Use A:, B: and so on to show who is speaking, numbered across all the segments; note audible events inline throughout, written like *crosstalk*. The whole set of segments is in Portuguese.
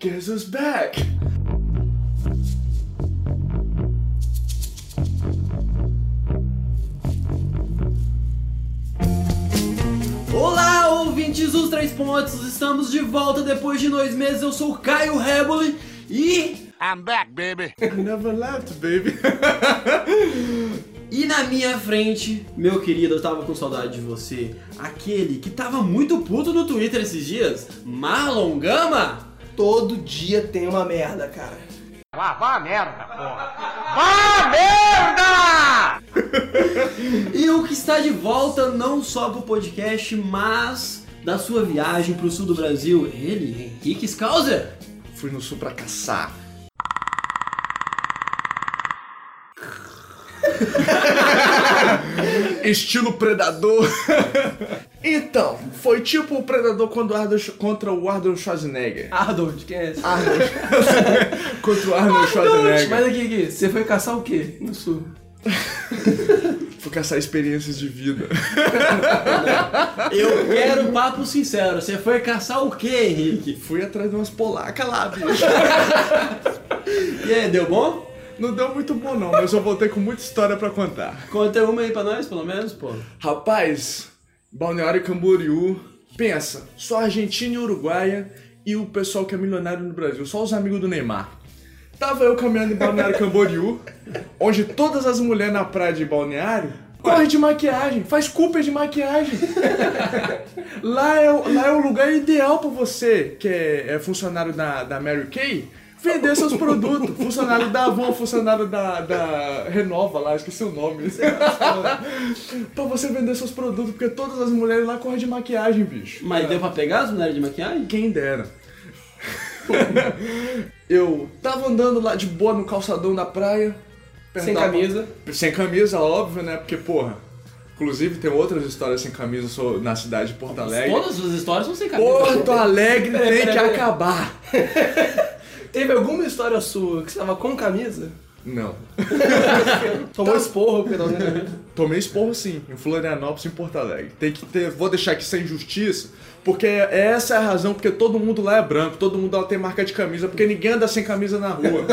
A: Guess who's back?
B: Olá, ouvintes dos Três Pontos! Estamos de volta depois de dois meses. Eu sou o Caio Reboli e.
C: I'm back,
B: *laughs*
C: baby.
A: You never left, baby.
B: E na minha frente, meu querido, eu tava com saudade de você. Aquele que tava muito puto no Twitter esses dias, Marlon Gama!
D: Todo dia tem uma merda, cara.
C: Lá, vá a merda, porra. Vá a merda!
B: E o que está de volta não só pro podcast, mas da sua viagem pro sul do Brasil, ele, Henrique Scalzer!
A: Fui no sul pra caçar. *laughs* Estilo predador. então, foi tipo o predador quando o Arnold- contra o Arnold Schwarzenegger.
D: Arnold, quem é
A: *laughs*
D: esse?
B: Ah,
A: Contra o Arnold Schwarzenegger.
D: Mas aqui,
B: é
D: aqui, você foi caçar o quê? No sul.
A: Fui caçar experiências de vida.
D: *laughs*
B: Eu quero um papo sincero, você foi caçar o quê, Henrique?
A: Fui atrás de umas polacas lá, bicho.
B: E aí, deu bom?
A: Não deu muito bom não, mas eu voltei com muita história pra contar.
B: Conta uma aí pra nós, pelo menos, pô.
A: Rapaz, Balneário Camboriú, pensa, só Argentina e Uruguaia e o pessoal que é milionário no Brasil, só os amigos do Neymar. Tava eu caminhando em Balneário Camboriú, onde todas as mulheres na praia de Balneário correm de maquiagem, faz culpa de maquiagem. *laughs* lá, é, o- lá é o lugar ideal pra você, que é, é funcionário da, da Mary Kay, vender seus produtos. Funcionário da Avon, funcionário da, da Renova lá, esqueci o nome. *laughs* pra você vender seus produtos, porque todas as mulheres lá correm de maquiagem, bicho.
D: É.
B: Mas deu pra pegar as mulheres de maquiagem?
A: Quem dera. Eu tava andando lá de boa no calçadão da praia.
D: Sem
A: perguntava-
D: camisa.
A: Sem camisa, óbvio, né? Porque, porra. Inclusive, tem outras histórias sem camisa so- na cidade de Porto Alegre.
B: Todas as histórias são sem camisa.
A: Porto Alegre
D: Peraí,
A: tem que
D: peraí.
A: acabar.
D: Teve alguma história sua que você tava com camisa?
A: Não.
D: *laughs*
A: Tá.
D: Tomou esporro, porque tava né?
A: Tomei esporro sim, em Florianópolis e em Porto Alegre. Tem que ter, vou deixar aqui sem justiça, porque essa é a razão, porque todo mundo lá é branco, todo mundo lá tem marca de camisa, porque ninguém anda sem camisa na rua.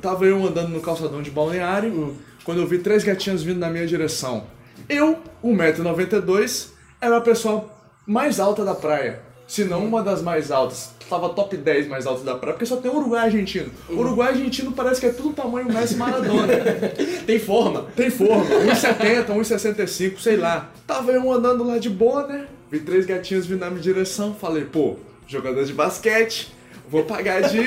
A: Tava eu andando no calçadão de balneário, quando eu vi três gatinhas vindo na minha direção. Eu, 1,92m, era a pessoa mais alta da praia. Se não uma das mais altas. Tava top 10 mais altas da praia, porque só tem Uruguai e Argentino. Uruguai e Argentino parece que é tudo tamanho Messi e Maradona.
B: Tem forma.
A: Tem forma, 1,70, 1,65, sei lá. Tava eu andando lá de boa, né? Vi três gatinhos vindo na minha direção, falei, pô, jogador de basquete, vou pagar de.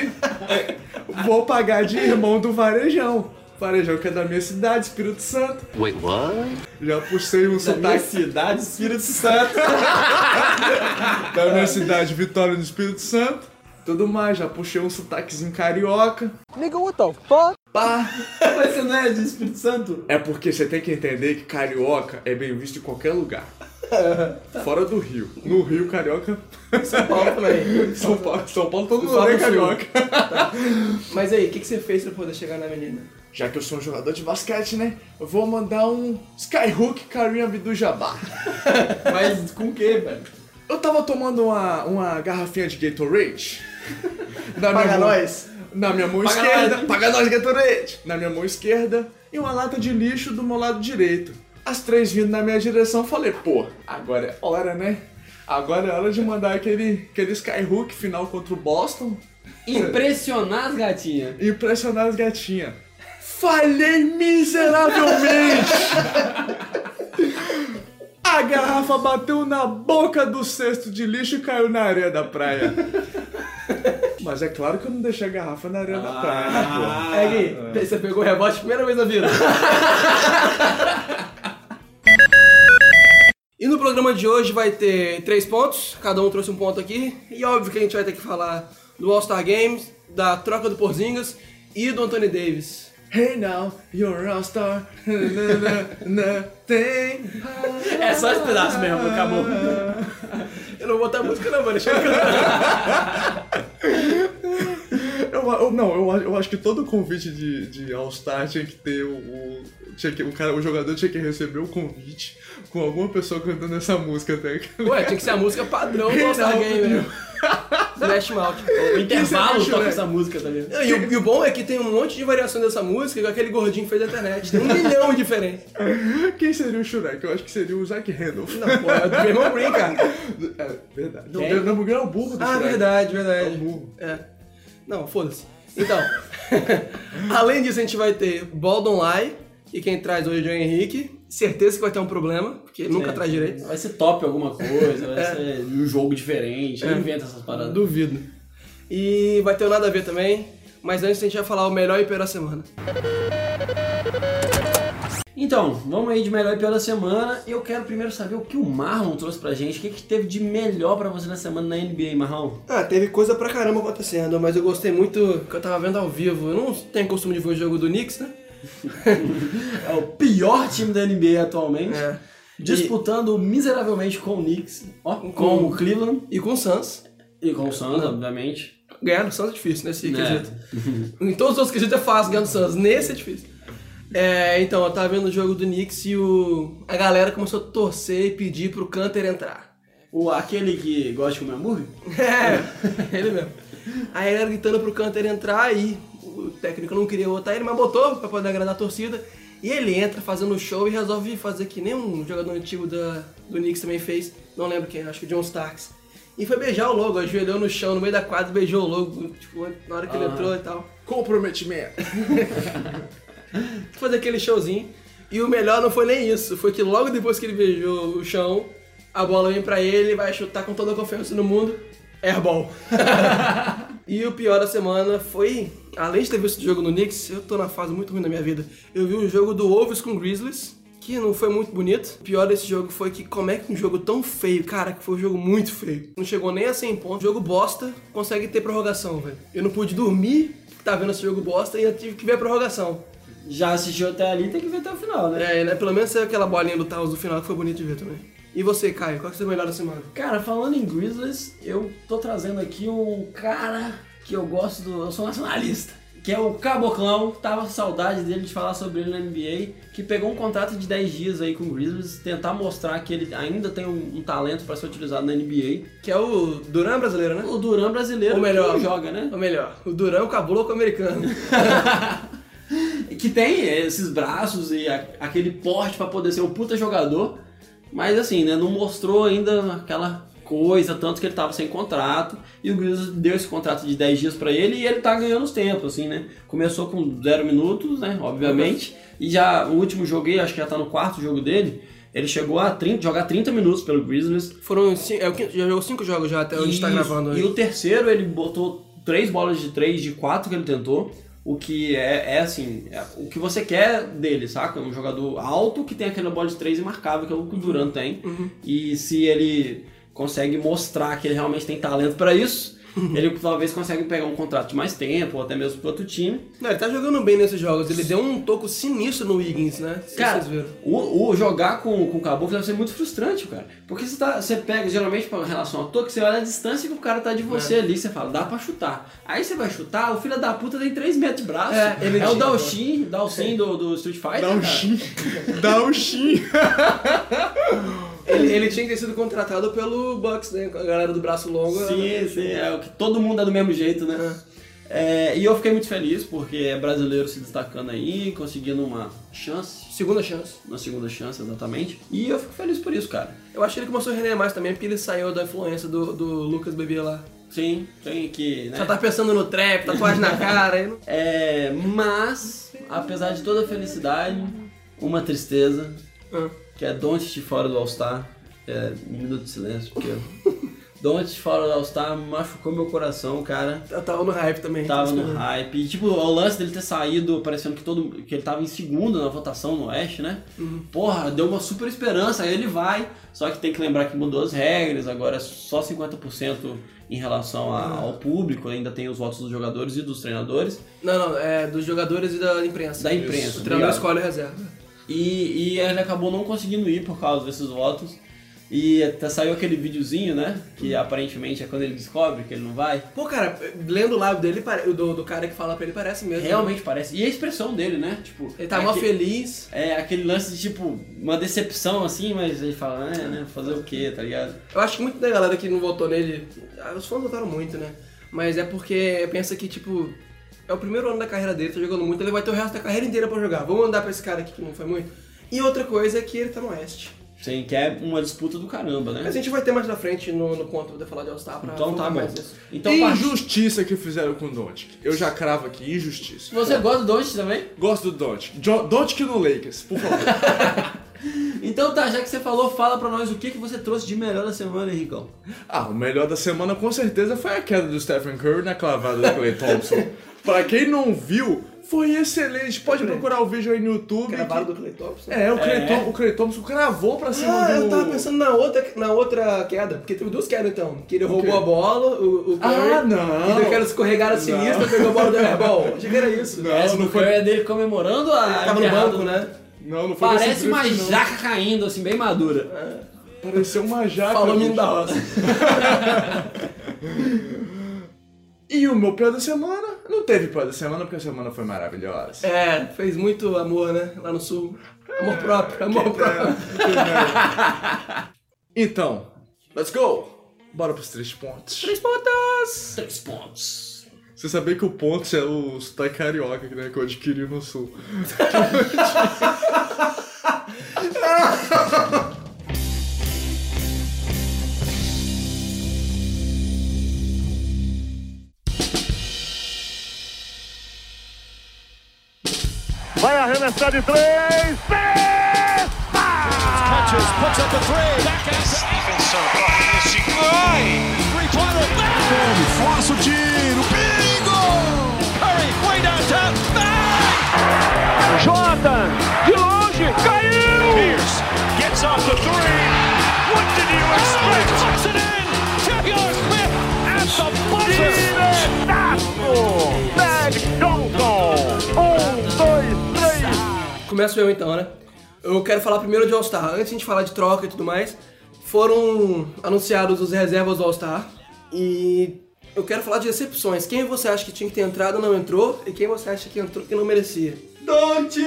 A: é, vou pagar de irmão do Varejão. Varejão que é da minha cidade, Espírito Santo.
C: Wait, what?
A: Já puxei um
B: Da
A: sotaque
B: minha cidade, Espírito
D: *laughs*
B: Santo.
A: da minha cidade, Vitória do Espírito Santo. Tudo mais, já puxei um sotaquezinho carioca. Pá!
B: Mas você não é de Espírito Santo?
A: É porque você tem que entender que carioca é bem visto em qualquer lugar.
D: É.
A: Fora do Rio. No Rio, carioca.
D: São Paulo também.
A: São Paulo, São Paulo todo mundo
D: Só
A: odeia
D: no sul.
A: carioca.
D: Mas aí, o que, que você fez pra poder chegar na menina?
A: Já que eu sou um jogador de basquete, né? Eu vou mandar um Skyhook Karim Abdul-Jabbar.
B: Mas com o quê, velho?
A: Eu tava tomando uma, uma garrafinha de
D: *laughs*
A: Gatorade. Na
D: Paga
A: mão-
D: nós.
A: Na minha mão
B: Paga
A: esquerda.
B: nós. né?
A: Paga nós, Gatorade! Na minha mão esquerda e uma lata de lixo do meu lado direito. As três vindo na minha direção, eu falei, pô, agora é hora, né? Agora é hora de mandar aquele, aquele Skyhook final contra o Boston
B: Impressionar as gatinhas.
A: e impressionar as gatinhas. Falhei miseravelmente! A garrafa bateu na boca do cesto de lixo e caiu na areia da praia. Mas é claro que eu não deixei a garrafa na areia da praia, né,
D: é aqui, você pegou o rebote primeira vez na vida. *laughs* E no programa de hoje vai ter três pontos, cada um trouxe um ponto aqui. E óbvio que a gente vai ter que falar do All-Star Games, da troca do Porzingas e do Anthony Davis.
A: pô? Hey now, you're a star. Na, na, na, tem.
B: É só esse pedaço mesmo, acabou.
D: *laughs* Eu não vou botar música não, mano, deixa eu cantar.
A: Eu, eu- não, eu, acho- eu acho que todo convite de, de All-Star tinha que ter o. o- tinha que, o, cara, o jogador tinha que receber o convite com alguma pessoa cantando essa música tá até.
D: Ué, tinha que ser a música padrão do
A: Hey
D: All-Star
A: now,
D: Game, né?
A: you-
D: Flash Out.
B: O intervalo
A: Isso é
B: toca
A: Shrek.
B: essa música tá também.
D: Não, E o, e o bom é que tem um monte de variação dessa música que aquele gordinho fez na internet. Tem um milhão diferente.
A: Quem seria o Shrek? Eu acho que seria o Zack Randolph.
D: Não, *laughs* pô, é do meu irmão Green, cara.
A: *laughs* É verdade. Não,
B: Quem?
A: o Dumbledore é o burro do
D: Ah,
A: Shrek.
D: verdade,
A: É o
D: verdade.
A: burro.
D: É. Não, foda-se. Então, *laughs* além disso, a gente vai ter Baldon Lai, que quem traz hoje é o Henrique. Certeza que vai ter um problema, porque nunca
B: É.
D: traz direito.
B: Vai ser top alguma coisa, vai
D: É.
B: ser um jogo diferente. Ele inventa essas paradas.
D: Duvido. E vai ter o nada a ver também. Mas antes a gente vai falar o melhor e pior da semana.
B: Então, vamos aí de melhor e pior da semana. Eu quero primeiro saber o que o Marlon trouxe pra gente. O que, que teve de melhor pra você na semana na NBA, Marlon?
D: Ah, teve coisa pra caramba acontecendo, mas eu gostei muito que eu tava vendo ao vivo. Eu não tenho costume de ver o jogo do Knicks, né?
B: É o pior time da NBA atualmente.
D: É.
B: Disputando miseravelmente com o Knicks, ó, com,
D: Com-
B: o Cleveland
D: E com o Suns.
B: e com o Suns, obviamente.
D: Ganhar do Suns é difícil nesse
B: Né.
D: quesito. *laughs* em todos os outros quesitos é fácil ganhar do Suns, nesse é difícil. É, então, eu tava vendo o jogo do Knicks e o... a galera começou a torcer e pedir pro Canter entrar.
B: O, aquele que gosta de comer hambúrguer?
D: É, *laughs* ele mesmo. Aí a galera gritando pro Canter entrar e o técnico não queria botar ele, mas botou pra poder agradar a torcida. E ele entra fazendo show e resolve fazer que nem um jogador antigo da, do Knicks também fez, não lembro quem, acho que o John Starks. E foi beijar o logo, ajoelhou no chão, no meio da quadra, beijou o logo, tipo, na hora que ele entrou e tal.
A: Comprometimento.
D: *laughs* fazer aquele showzinho. E o melhor não foi nem isso, foi que logo depois que ele beijou o chão, a bola vem pra ele, vai chutar com toda a confiança no mundo, airball. *laughs* e o pior da semana foi, além de ter visto o jogo no Knicks, eu tô na fase muito ruim da minha vida, eu vi o jogo do Wolves com o Grizzlies, que não foi muito bonito. O pior desse jogo foi que como é que um jogo tão feio, cara, que foi um jogo muito feio. Não chegou nem a 100 pontos, jogo bosta, consegue ter prorrogação, velho. Eu não pude dormir, tá vendo esse jogo bosta, e eu tive que ver a prorrogação.
B: Já assistiu até ali, tem que ver até o final, né?
D: É, né? pelo menos é aquela bolinha do Taos do final que foi bonito de ver também. E você, Caio, qual que foi o melhor da semana?
B: Cara, falando em Grizzlies, eu tô trazendo aqui um cara que eu gosto do. Eu sou nacionalista. Que é o Caboclão, tava com saudade dele de falar sobre ele na NBA, que pegou um contrato de 10 dias aí com o Grizzlies, tentar mostrar que ele ainda tem um, um talento pra ser utilizado na NBA.
D: Que é o Duran brasileiro, né?
B: O Duran brasileiro
D: Ou melhor,
B: que não joga, né?
D: Ou melhor, o Duran
B: *laughs*
D: cabuloco americano.
B: Que tem esses braços e a- aquele porte pra poder ser um puta jogador, mas assim, né, não mostrou ainda aquela coisa, tanto que ele tava sem contrato, e o Grizzlies deu esse contrato de 10 dias pra ele e ele tá ganhando os tempos, assim, né? Começou com 0 minutos, né, obviamente, e já o último jogo, aí, acho que já tá no quarto jogo dele, ele chegou a 30, jogar 30 minutos pelo Grizzlies.
D: Foram cinco, é, o quinto- já jogou cinco jogos já até onde a gente tá
B: E-
D: gravando
B: E
D: hoje.
B: o terceiro, ele botou três bolas de três de quatro que ele tentou. O que é, é assim, é o que você quer dele, saca? Um jogador alto que tem aquela bola de três imarcável, que é o que o Duran
D: Uhum.
B: tem. E se ele consegue mostrar que ele realmente tem talento pra isso,
D: Uhum.
B: ele talvez consiga pegar um contrato de mais tempo, ou até mesmo para outro time.
D: Não, ele tá jogando bem nesses jogos, ele deu um toco sinistro no Wiggins, né? Se
B: Cara,
D: vocês viram.
B: o, o jogar com, com o caboclo deve ser muito frustrante, cara. Porque você, tá, você pega, geralmente, pra- em relação ao toque, você olha a distância que o cara tá de você ali, você fala, dá pra chutar. Aí você vai chutar, o filho da puta tem 3 metros de braço.
D: É,
B: É,
D: ele
B: o
D: tinha-
B: Dalshin, Dalshin do, do Street Fighter.
A: Dá um
B: tá, cara.
A: xin. Dá um xin.
D: Ele, ele tinha que ter sido contratado pelo Bucks, né? Com a galera do braço longo. né?
B: Sim, sim, é o que todo mundo é do mesmo jeito, né? É, e eu fiquei muito feliz porque é brasileiro se destacando aí, conseguindo uma chance,
D: Segunda chance.
B: uma segunda chance exatamente. E eu fico feliz por isso, cara.
D: Eu acho que ele começou a render mais também, porque ele saiu da influência do, do Lucas Bebê lá.
B: Sim, tem que. Né?
D: Já tá pensando no trap,
B: *laughs*
D: tatuagem na cara, aí não...
B: É, mas, apesar de toda a felicidade, uma tristeza,
D: Ah.
B: que é Don't fora do All-Star. É, um minuto de silêncio, porque. *laughs* Don't fora do All-Star machucou meu coração, cara.
D: Eu tá, tava no hype também.
B: Tava no hype. E, tipo, o lance dele ter saído, parecendo que todo que ele tava em segundo na votação no Oeste, né? Porra, deu uma super esperança, aí ele vai. Só que tem que lembrar que mudou as regras, agora é só 50% em relação a- ao público, ainda tem os votos dos jogadores e dos treinadores.
D: Não, não, é dos jogadores e da imprensa.
B: Da imprensa,
D: O treinador
B: obrigado.
D: escolhe a reserva.
B: E, e ele acabou não conseguindo ir por causa desses votos. E até saiu aquele videozinho, né? Que aparentemente é quando ele descobre que ele não vai.
D: Pô, cara, lendo o lábio dele, pare- do, do cara que fala pra ele, parece mesmo.
B: Realmente parece. E a expressão dele, né? Tipo,
D: Ele tá mó
B: aque-
D: feliz.
B: É aquele lance de tipo, uma decepção assim, mas ele fala, né, né? Fazer o quê, tá ligado?
D: Eu acho que muito da galera que não votou nele. ah, Os fãs votaram muito, né? Mas é porque pensa que, tipo, é o primeiro ano da carreira dele, tá jogando muito, ele vai ter o resto da carreira inteira pra jogar. Vamos mandar pra esse cara aqui que não foi muito. E outra coisa é que ele tá no Oeste.
B: Sim, que é uma disputa do caramba, né?
D: Mas a gente vai ter mais na frente no, no ponto de falar de All-Star pra
B: Então tá
D: focar
B: bom.
D: mais nisso.
B: Então, Partiu.
A: injustiça que fizeram com o Doncic. Eu já cravo aqui, injustiça.
B: Você gosta do Doncic também?
A: Gosto do Doncic. Jo- Doncic no Lakers, por favor.
B: Então tá, já que você falou, fala pra nós o que, que você trouxe de melhor na semana, Henricão.
A: ah, o melhor da semana com certeza foi a queda do Stephen Curry na clavada do Clay
D: *laughs*
A: Thompson. pra quem não viu, foi excelente. Pode procurar o vídeo aí no YouTube.
D: Gravaram do Clay Thompson.
A: É, o Clay, Thom- o Clay Thompson cravou pra cima
D: Ah,
A: do...
D: eu tava pensando na outra, na outra queda, porque teve duas quedas então. Que ele roubou a bola, o, o Curry.
A: Ah, não.
D: E deu aquela escorregada
A: Não.
D: sinistra, assim, pegou
A: *laughs*
D: a bola do airball. Achei que era isso.
A: Não,
B: Essa
A: não
B: do
A: foi-
B: Curry é dele comemorando a.
D: Tava no
B: enterrada
D: banco,
B: do-
D: né?
A: Não, não foi desse
B: Parece
A: jeito,
B: uma
A: não.
B: jaca caindo, assim, bem madura.
A: Pareceu uma jaca.
D: Falou
A: bicho.
D: menino da roça.
A: *laughs* E o meu pior da semana? Não teve pior da semana, porque a semana foi maravilhosa.
D: É, fez muito amor, né? Lá no sul. Amor próprio, amor próprio.
A: Então, let's go! Bora pros três pontos.
D: Três pontas!
B: Três pontos.
A: Você sabia que o pontos é o sotaque carioca né, que eu adquiri no sul.
E: Vai arremessar de três. Cesta! Força o tiro. Bingo! Jordan, de longe, caiu! Pierce gets off the three. What did you expect? Oh, Puts it in. Taylor Smith at the buzzer. Mag Johnson. Um, dois, três.
D: Começo eu então, né? Eu quero falar primeiro de All-Star. Antes de a gente falar de troca e tudo mais, foram anunciados os reservas do All-Star. E eu quero falar de decepções. Quem você acha que tinha que ter entrado e não entrou? E quem você acha que entrou e não merecia? *laughs*
A: Doncic!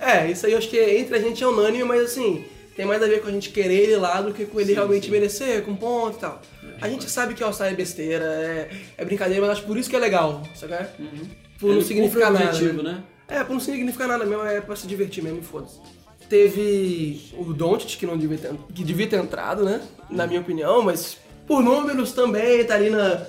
D: É, isso aí eu acho que entre a gente é unânime, mas assim, tem mais a ver com a gente querer ele lá do que com ele realmente merecer, com ponto e tal. A gente sabe que All-Star é besteira, é, é brincadeira, mas acho por isso que é legal, sabe? Por
B: Uhum.
D: não
B: Ele
D: significar
B: cumpre o
D: nada.
B: objetivo, né?
D: É, por não significar nada mesmo, é pra se divertir mesmo, e foda-se. Teve o Doncic, que não devia ter, que devia ter entrado, né? Na minha opinião, mas por números também, tá ali na,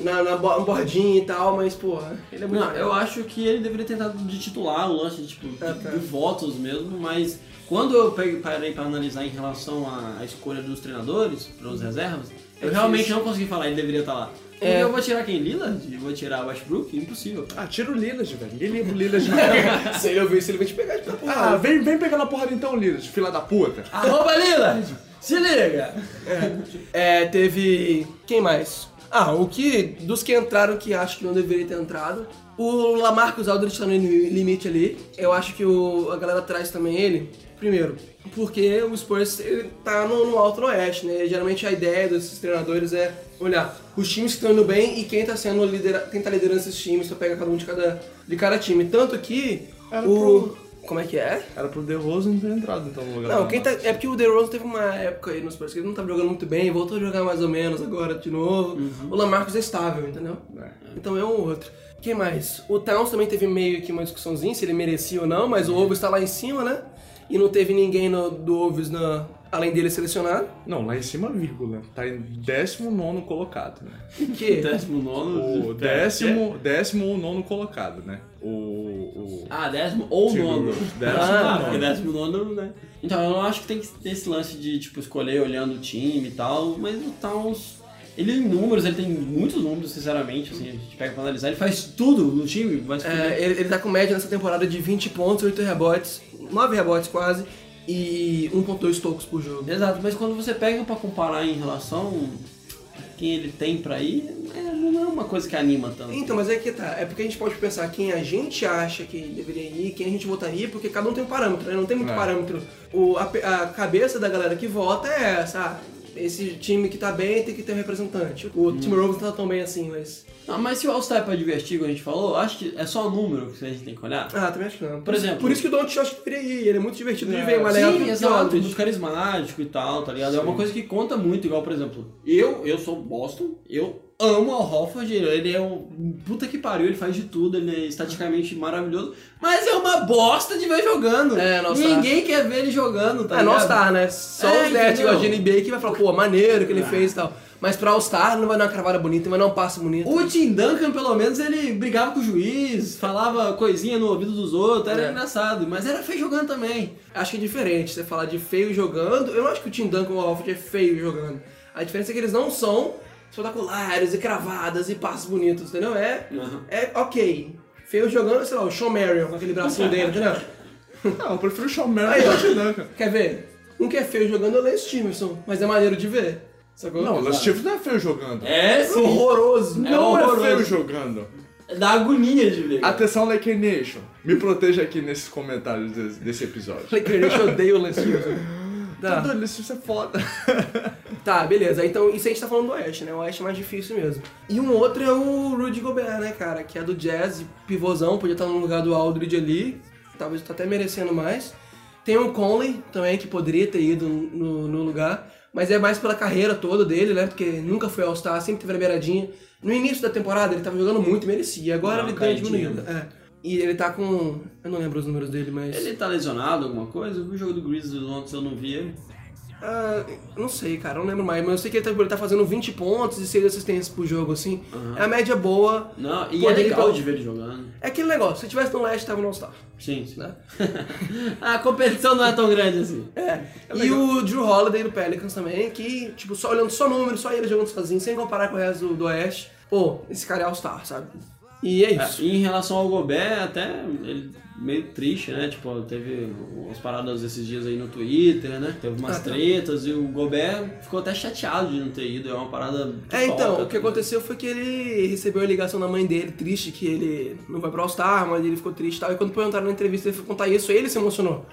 D: na, na bo- bordinha e tal, mas porra, ele é muito.
B: Não, eu acho que ele deveria ter tentado de titular o lance tipo, de,
D: Ah, tá.
B: de votos mesmo, mas quando eu pe- parei pra analisar em relação à, à escolha dos treinadores para os reservas, eu
D: É
B: realmente
D: difícil.
B: não consegui falar, ele deveria estar lá. Porque
D: É.
B: eu vou tirar quem? Lillard? Eu Vou tirar o Westbrook? Impossível, cara.
A: Ah, tira o Lillard, velho. Ninguém lembra o Lillard. não.
D: *laughs* Se ele ouvir isso, ele vai te pegar de
A: *laughs*
D: propósito.
A: ah, vem, vem pegar na porrada então, Lillard, fila da puta.
B: Arroba Lillard! Se liga!
D: É, teve. Quem mais? Ah, o que. Dos que entraram que acho que não deveria ter entrado. O Lamarcus Aldridge tá no limite ali. Eu acho que o, a galera traz também ele. Primeiro, porque o Spurs ele tá no, no alto no oeste, né? Geralmente a ideia desses treinadores é olhar os times que estão indo bem e quem tá sendo lidera, quem tá liderando esses times, só pega cada um de cada, de cada time. Tanto que
A: Era
D: o. Como é que é?
A: Era pro The Rose não ter entrado então no lugar
D: Não,
A: do
D: quem tá,
A: Max.
D: é porque o DeRozan teve uma época aí nos Spurs que ele não tava jogando muito bem, voltou a jogar mais ou menos agora de novo. O Lamarcus é estável, entendeu? Então é um ou outro. Quem mais? O Towns também teve meio que uma discussãozinha se ele merecia ou não, mas o Wolves tá lá em cima, né? E não teve ninguém no- do Wolves na- além dele selecionado.
A: Não, lá em cima, vírgula. Tá em 19 colocado, né? *laughs*
B: *laughs*
D: Que
B: *laughs* Décimo nono.
A: O décimo, décimo ou nono colocado, né? O. o...
B: Ah, décimo ou
A: Sim,
B: nono.
A: décimo
B: ah,
A: nono.
B: porque décimo nono, né? Então, eu não acho que tem que ter esse lance de, tipo, escolher olhando o time e tal, mas o Towns, ele em números, ele tem muitos números, sinceramente, assim, a gente pega pra analisar, ele faz tudo no time, mas...
D: É, ele, ele tá com média nessa temporada de 20 pontos, 8 rebotes, 9 rebotes quase, e 1.2 tocos por jogo.
B: Exato, mas quando você pega pra comparar em relação quem ele tem pra ir, é- não é uma coisa que anima tanto.
D: Então, mas é que tá. É porque a gente pode pensar quem a gente acha que deveria ir, quem a gente votaria, porque cada um tem um parâmetro, né? Não tem muito
A: É.
D: parâmetro. O, a, pe- a cabeça da galera que vota é essa. ah, Esse time que tá bem tem que ter um representante. O Tim Robbins não tá tão bem assim, mas.
B: Não, mas se o All-Star é pra divertir, como a gente falou, acho que é só o número que a gente tem que olhar.
D: Ah, também acho que não.
B: Por exemplo-
D: Por isso que o Don Tchot deveria ir. Ele é muito divertido de ver, mas é
B: Sim,
D: que o
B: exato,
D: Aldridge.
B: ah, muito carismático e tal, tá ligado? É uma coisa que conta muito, igual, por exemplo, eu, eu sou Boston, eu amo o Hofford, ele é um puta que pariu, ele faz de tudo, ele é estaticamente maravilhoso, mas é uma bosta de ver jogando.
D: É, nossa.
B: Ninguém quer ver ele jogando, tá
D: é, no
B: ligado?
D: All-Star, né? Só
B: É,
D: os néticos, a
B: entendeu? É.
D: NBA que vai falar, pô, maneiro que ele fez e tal. Mas pra All-Star não vai dar uma cravada bonita, vai dar um passo bonito.
B: O Tim Duncan, pelo menos, ele brigava com o juiz, falava coisinha no ouvido dos outros, era
D: É.
B: engraçado, mas era feio jogando também.
D: Acho que é diferente você falar de feio jogando. Eu não acho que o Tim Duncan ou o Alfred é feio jogando. A diferença é que eles não são espetaculares e cravadas e passos bonitos, entendeu? É,
B: Uhum.
D: é ok. Feio jogando, sei lá, o Sean Marion com aquele *laughs* bracinho dele, entendeu?
A: Não, eu prefiro o Shawn Mendes
D: Aí,
A: que
D: ó.
A: o Tim Duncan.
D: Quer ver? Um que é feio jogando é o Lance Stevenson, mas é maneiro de ver. Sacou?
A: Não, o Lance Stevens não é feio jogando.
B: É,
D: horroroso.
B: É
A: não é
B: horroroso.
A: feio jogando.
B: Dá agonia de ver.
A: Atenção, Laker Nation. Me proteja aqui nesses comentários desse, desse episódio.
D: Lakers, eu odeio o Lance Stevenson. Tá.
A: Tudo isso isso é foda. *laughs*
D: Tá, beleza. Então, isso a gente tá falando do Oeste, né? O Oeste é mais difícil mesmo. E um outro é o Rudy Gobert, né, cara? Que é do Jazz, pivôzão, podia estar no lugar do Aldridge ali. Talvez tá até merecendo mais. Tem o Conley também, que poderia ter ido no, no lugar. Mas é mais pela carreira toda dele, né? Porque nunca foi All-Star, sempre teve na beiradinha. No início da temporada ele tava jogando muito e merecia. Agora
B: Não,
D: ele deu uma
B: caidinha. né?
D: diminuída. É. E ele tá com. Eu não lembro os números dele, mas.
B: Ele tá lesionado, alguma coisa? Eu vi o jogo do Grizzlies ontem, eu não vi.
D: Ah, eu não sei, cara, eu não lembro mais, mas eu sei que ele tá, ele tá fazendo 20 pontos e 6 assistências pro jogo, assim. É a média boa.
B: Não, e
D: Poderia
B: é legal
D: tá-
B: de ver ele jogando.
D: É aquele negócio, se tivesse no leste, tava no All-Star.
B: Sim. sim.
D: Né?
B: *laughs* a competição não é tão grande
D: *laughs*
B: assim.
D: e o Drew Holiday do Pelicans também, que, tipo, só olhando só números, só ele jogando sozinho, sem comparar com o resto do, do Oeste. Pô, esse cara é All-Star, sabe? E é isso.
B: E em relação ao Gobert, até ele meio triste, né? Tipo, teve umas paradas esses dias aí no Twitter, né? Teve umas
D: Ah, tá.
B: tretas e o Gobert ficou até chateado de não ter ido. É uma parada. tá
D: É, então,
B: foda.
D: o que aconteceu foi que ele recebeu a ligação da mãe dele, triste, que ele não vai pro All-Star, mas ele ficou triste e tal. E quando perguntaram na entrevista, ele foi contar isso, ele se emocionou.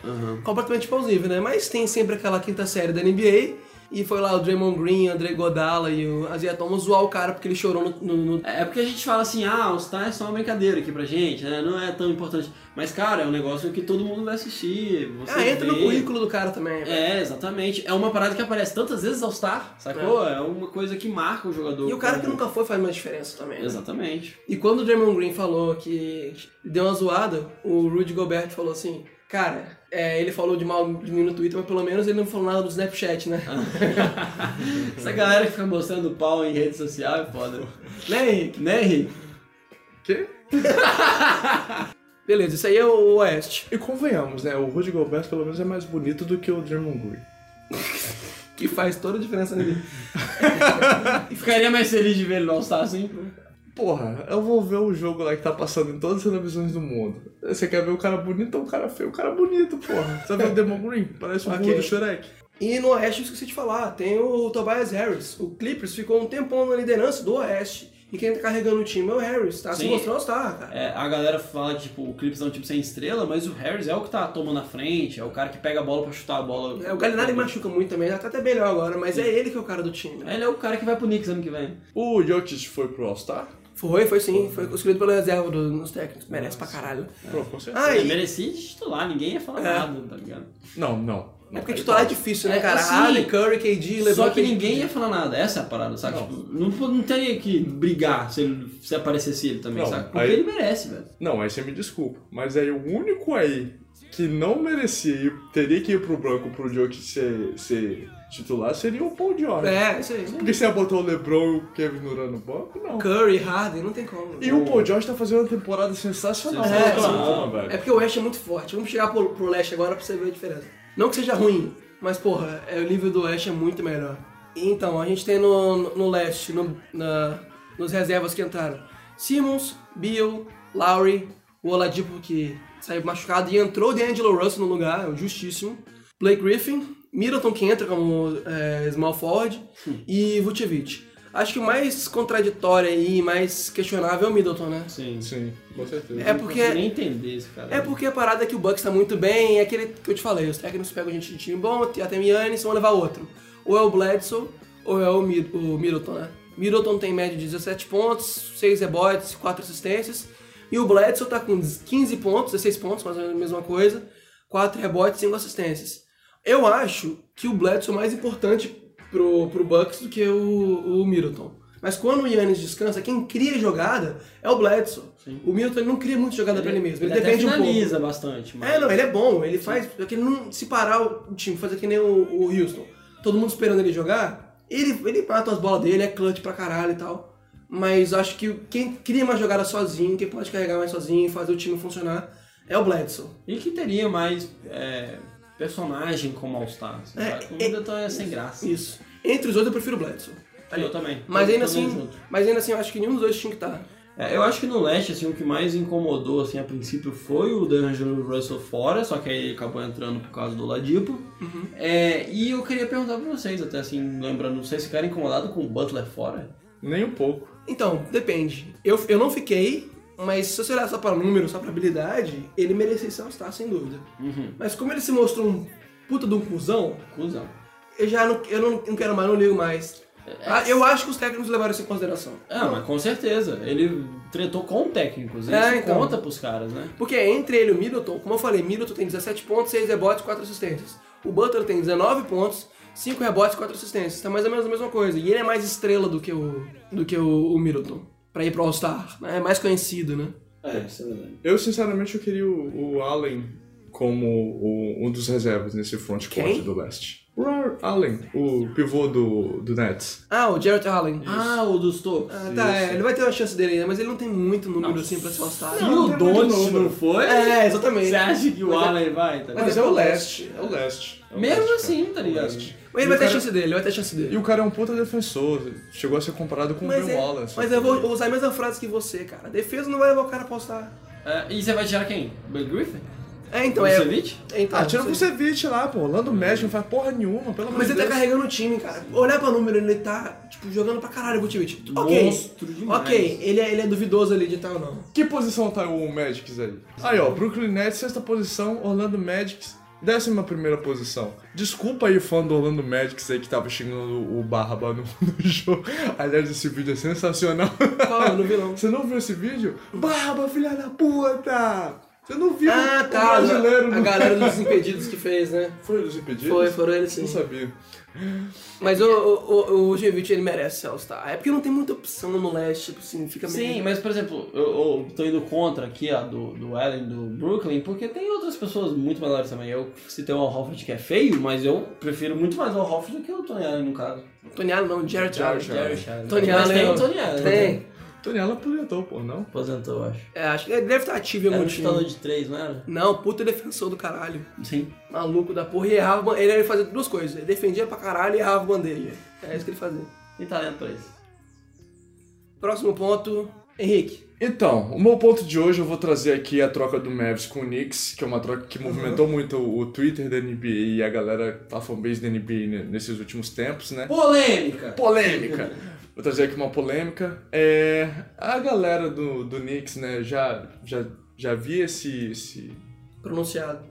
D: Completamente plausível, né? Mas tem sempre aquela quinta série da NBA. E foi lá o Draymond Green, o André Godala e o Azia Thomas zoar o cara porque ele chorou no. no- no-
B: É é porque a gente fala assim, ah, os Stars é só uma brincadeira aqui pra gente, né? Não é tão importante. Mas, cara, é um negócio que todo mundo vai assistir. Você
D: Ah, entra no
B: vê.
D: currículo do cara também. né? velho.
B: É, exatamente. É uma parada que aparece tantas vezes ao Star, sacou? É, uma coisa que marca o jogador.
D: E o cara que nunca foi faz mais diferença também. né?
B: Exatamente.
D: E quando o Draymond Green falou que deu uma zoada, o Rudy Gobert falou assim, cara, é, ele falou de mal de mim no Twitter, mas pelo menos ele não falou nada do Snapchat, né?
B: Ah. Essa galera que fica mostrando pau em rede social é foda.
D: *laughs* né, Henrique?
B: né, Henrique?
A: Que?
D: Beleza, isso aí é o Oeste.
A: E convenhamos, né? O Rudy Gobert pelo menos é mais bonito do que o Draymond Green.
D: Que faz toda a diferença nele.
B: *laughs* Ficaria mais feliz de ver ele no All-Star assim?
A: Porra, eu vou ver o jogo lá que tá passando em todas as televisões do mundo. Você quer ver o cara bonito ou o cara feio? O cara bonito, porra. Sabe *laughs* o Demon Green? Parece o
D: Ok.
A: burro do Shrek.
D: E no Oeste, eu esqueci de falar, tem o Tobias Harris. O Clippers ficou um tempão na liderança do Oeste. E quem tá carregando o time é o Harris, tá? Se
B: Sim.
D: mostrou, tá, cara.
B: É, a galera fala que tipo, o Clips é um time sem estrela, mas o Harris é o que tá tomando a frente, é o cara que pega a bola pra chutar a bola.
D: É, o Gallinari machuca muito também, já tá até melhor agora, mas é ele que é o cara do time.
B: Ele é o cara que vai pro Knicks ano que vem.
A: O Jokic foi pro All-Star?
D: Foi, foi sim, foi escolhido pela reserva do- nos técnicos, merece pra caralho.
A: Pô, com certeza.
D: Ah,
B: né? É,
D: e-
B: merecia de titular, ninguém ia falar
D: É.
B: nada, tá ligado?
A: Não, não.
D: É
A: não
D: porque
A: aí
D: titular é
A: tá.
D: difícil, né,
B: É,
D: cara?
B: assim,
D: Harden, Curry, KD, LeBron...
B: Só que
D: tem-
B: ninguém ia falar nada, essa é a parada, sabe? Tipo, Não, po- não teria que brigar se, ele- se aparecesse ele também,
A: Não,
B: sabe? Porque
A: aí-
B: ele merece, velho.
A: Não, aí você me desculpa. Mas aí o único aí que não merecia e teria que ir pro banco pro Jokic ser, ser titular seria o Paul George.
D: É, isso aí.
A: Porque você ia botar o LeBron e o Kevin Durant no banco? Não.
D: Curry, Harden, não tem como.
A: E o Paul George tá fazendo uma temporada sensacional.
B: Sensacional.
A: É,
B: Sensacional,
A: velho.
D: É porque o Oeste é muito forte. Vamos chegar pro, pro Leste agora pra você ver a diferença. Não que seja ruim, mas porra, é, o nível do Oeste é muito melhor. Então, a gente tem no, no- no Leste, no, na- nos reservas que entraram, Simmons, Bill, Lowry, o Oladipo que saiu machucado e entrou o D'Angelo Russell no lugar, é o justíssimo,
B: Hum.
D: Blake Griffin, Middleton que entra como é, small forward e Vucevic. Acho que o mais contraditório aí, mais questionável é o Middleton, né?
B: Sim.
A: Sim, com certeza.
D: É
B: Não
D: porque.
B: consigo nem entender esse cara.
D: É porque a parada é que o Bucks tá muito bem, é aquele que eu te falei, os técnicos pegam gente de time bom, até Yannis, vão levar outro. Ou é o Bledsoe, ou é o, Mid o Middleton, né? Middleton tem média de 17 pontos, 6 rebotes, 4 assistências. E o Bledsoe tá com 15 pontos, 16 pontos, mais ou menos a mesma coisa, 4 rebotes, 5 assistências. Eu acho que o Bledsoe é mais importante pro, pro Bucks do que o, o Middleton. Mas quando o Yannis descansa, quem cria jogada é o Bledsoe. O Middleton ele não cria muito jogada pra ele mesmo, ele,
B: até
D: depende um pouco.
B: finaliza bastante. Mas...
D: É, não, ele é bom, ele faz. Só que ele não se parar o time, fazer que nem o, o Houston. Todo mundo esperando ele jogar, ele, ele mata as bolas dele, é clutch pra caralho e tal. Mas acho que quem cria mais jogada sozinho, quem pode carregar mais sozinho e fazer o time funcionar é o Bledsoe.
B: E que teria mais é, personagem como All-Star. assim,
D: É,
B: sabe? o
D: é-
B: Middleton é sem graça.
D: Isso. Entre os dois eu prefiro o Bledsoe.
B: Eu também.
D: Mas
B: Eu
D: ainda
B: também
D: assim.
B: junto.
D: Mas ainda assim eu acho que nenhum dos dois tinha que tá estar.
B: É, eu acho que no leste, assim, o que mais incomodou, assim, a princípio foi o D'Angelo Russell fora, só que aí ele acabou entrando por causa do Ladipo.
D: Uhum.
B: É, e eu queria perguntar pra vocês, até assim, lembrando, não sei se ficaram incomodados com o Butler fora.
A: Nem um pouco.
D: Então, depende. Eu, eu não fiquei, mas se você olhar só pra número, só pra habilidade, ele merecia ser All-Star, sem dúvida. Mas como ele se mostrou um puta de um cuzão,
B: Cusão.
D: eu já não, eu não, não quero mais, não ligo mais. Ah, Eu acho que os técnicos levaram isso em consideração.
B: Ah, mas com certeza. Ele tretou com técnicos. Isso
D: É, então.
B: conta pros caras, né?
D: Porque entre ele e o Middleton, como eu falei, Middleton tem 17 pontos, 6 rebotes, 4 assistências. O Butler tem 19 pontos, 5 rebotes, 4 assistências. Tá mais ou menos a mesma coisa. E ele é mais estrela do que o, do que o, o Middleton. Pra ir pro All-Star. né? É mais conhecido, né?
B: É, isso é verdade.
A: Eu, sinceramente, eu queria o, o Allen como o- um dos reservas nesse frontcourt
D: Quem?
A: do leste. O Ra- Allen, o pivô do, do Nets.
D: Ah, o Jarrett Allen.
B: Ah, o dos Tocos.
D: Ah, tá, é, ele vai ter uma chance dele ainda, mas ele não tem muito número assim pra ser All-Star.
B: Se
A: Não,
B: o
A: não tem muito
B: Doncic
A: número.
B: não foi?
D: É, exatamente.
B: Você acha que o
D: Mas é-
B: Allen vai? Tá?
A: Mas é o leste, é o leste. É o
B: Mesmo
A: leste, cara.
B: assim, tá
A: É o
B: ligado?
A: leste.
D: Mas
A: E
D: ele
A: o
D: vai ter a
A: cara-
D: chance dele, ele vai ter a chance dele.
A: E o cara é um puta defensor, chegou a ser comparado com o
D: Mas,
A: Ben
D: é-
A: Wallace.
D: mas eu vou eu vou usar a mesma frase que você, cara. Defesa não vai levar o cara pra All-Star.
B: É, e você vai tirar quem? Bill Griffin?
D: É, então é.
B: Vucevic?
D: é, Então,
A: Ah, tira o
D: não sei.
A: Vucevic lá, pô. Lando Magic não faz porra nenhuma, pelo amor
D: Hum. Mas
A: de
D: ele tá
A: Deus.
D: carregando o time, cara. Olhar pra número, ele tá, tipo, jogando pra caralho o Vucevic. Ok.
B: Monstro demais.
D: Ok, ele é, ele é duvidoso ali de tal, não.
A: Que posição tá o Magic aí? Aí, ó, Brooklyn Nets, sexta posição, Orlando Magic, décima primeira posição. Desculpa aí, fã do Orlando Magic aí que tava xingando o Barba no, *laughs* no jogo. Aliás, esse vídeo é sensacional. *laughs*
D: Qual? Eu não vi, não.
A: Você não viu esse vídeo? Barba, filha da puta! Você não viu
D: Ah,
A: o
D: tá.
A: brasileiro
D: A
A: no-
D: galera dos impedidos que fez, né?
A: *laughs* Foi dos impedidos?
D: Foi, foram eles sim.
A: Não sabia.
D: Mas o, o, o, o Vucevic, ele merece ser All-Star. É porque não tem muita opção no leste, tipo assim, fica meio...
B: Sim, mas por exemplo, eu, eu tô indo contra aqui a do, do Allen do Brooklyn, porque tem outras pessoas muito melhores também. Eu citei o Al Hofford que é feio, mas eu prefiro muito mais o Al Hofford do que o Tony Allen no caso.
D: Tony Allen não, Jared
A: Jarrett
D: Allen.
A: Allen.
B: Jarrett Allen.
D: Tony
B: mas
D: Allen. é
B: tem o Tony Allen. né?
D: Tem.
A: Tony Allen aposentou, pô, não?
B: Aposentou, eu acho.
D: É, acho que ele deve estar ativo em
B: Era
D: algum
B: um chutador
D: time.
B: de três, não era?
D: Não, puta defensor do caralho.
B: Sim.
D: Maluco da porra. E errava... Ele ia fazer duas coisas. Ele defendia pra caralho e errava bandeja. É isso que ele fazia.
B: Tem talento tá pra isso.
D: Próximo ponto, Henrique.
A: Então, o meu ponto de hoje eu vou trazer aqui a troca do Mavs com o Knicks, que é uma troca que movimentou muito o, o Twitter da NBA e a galera, a fanbase da NBA ne- nesses últimos tempos, né?
B: Polêmica!
A: Polêmica! Vou trazer aqui uma polêmica. É, a galera do, do Knicks, né, já, já, já via esse, esse,
D: Pronunciado.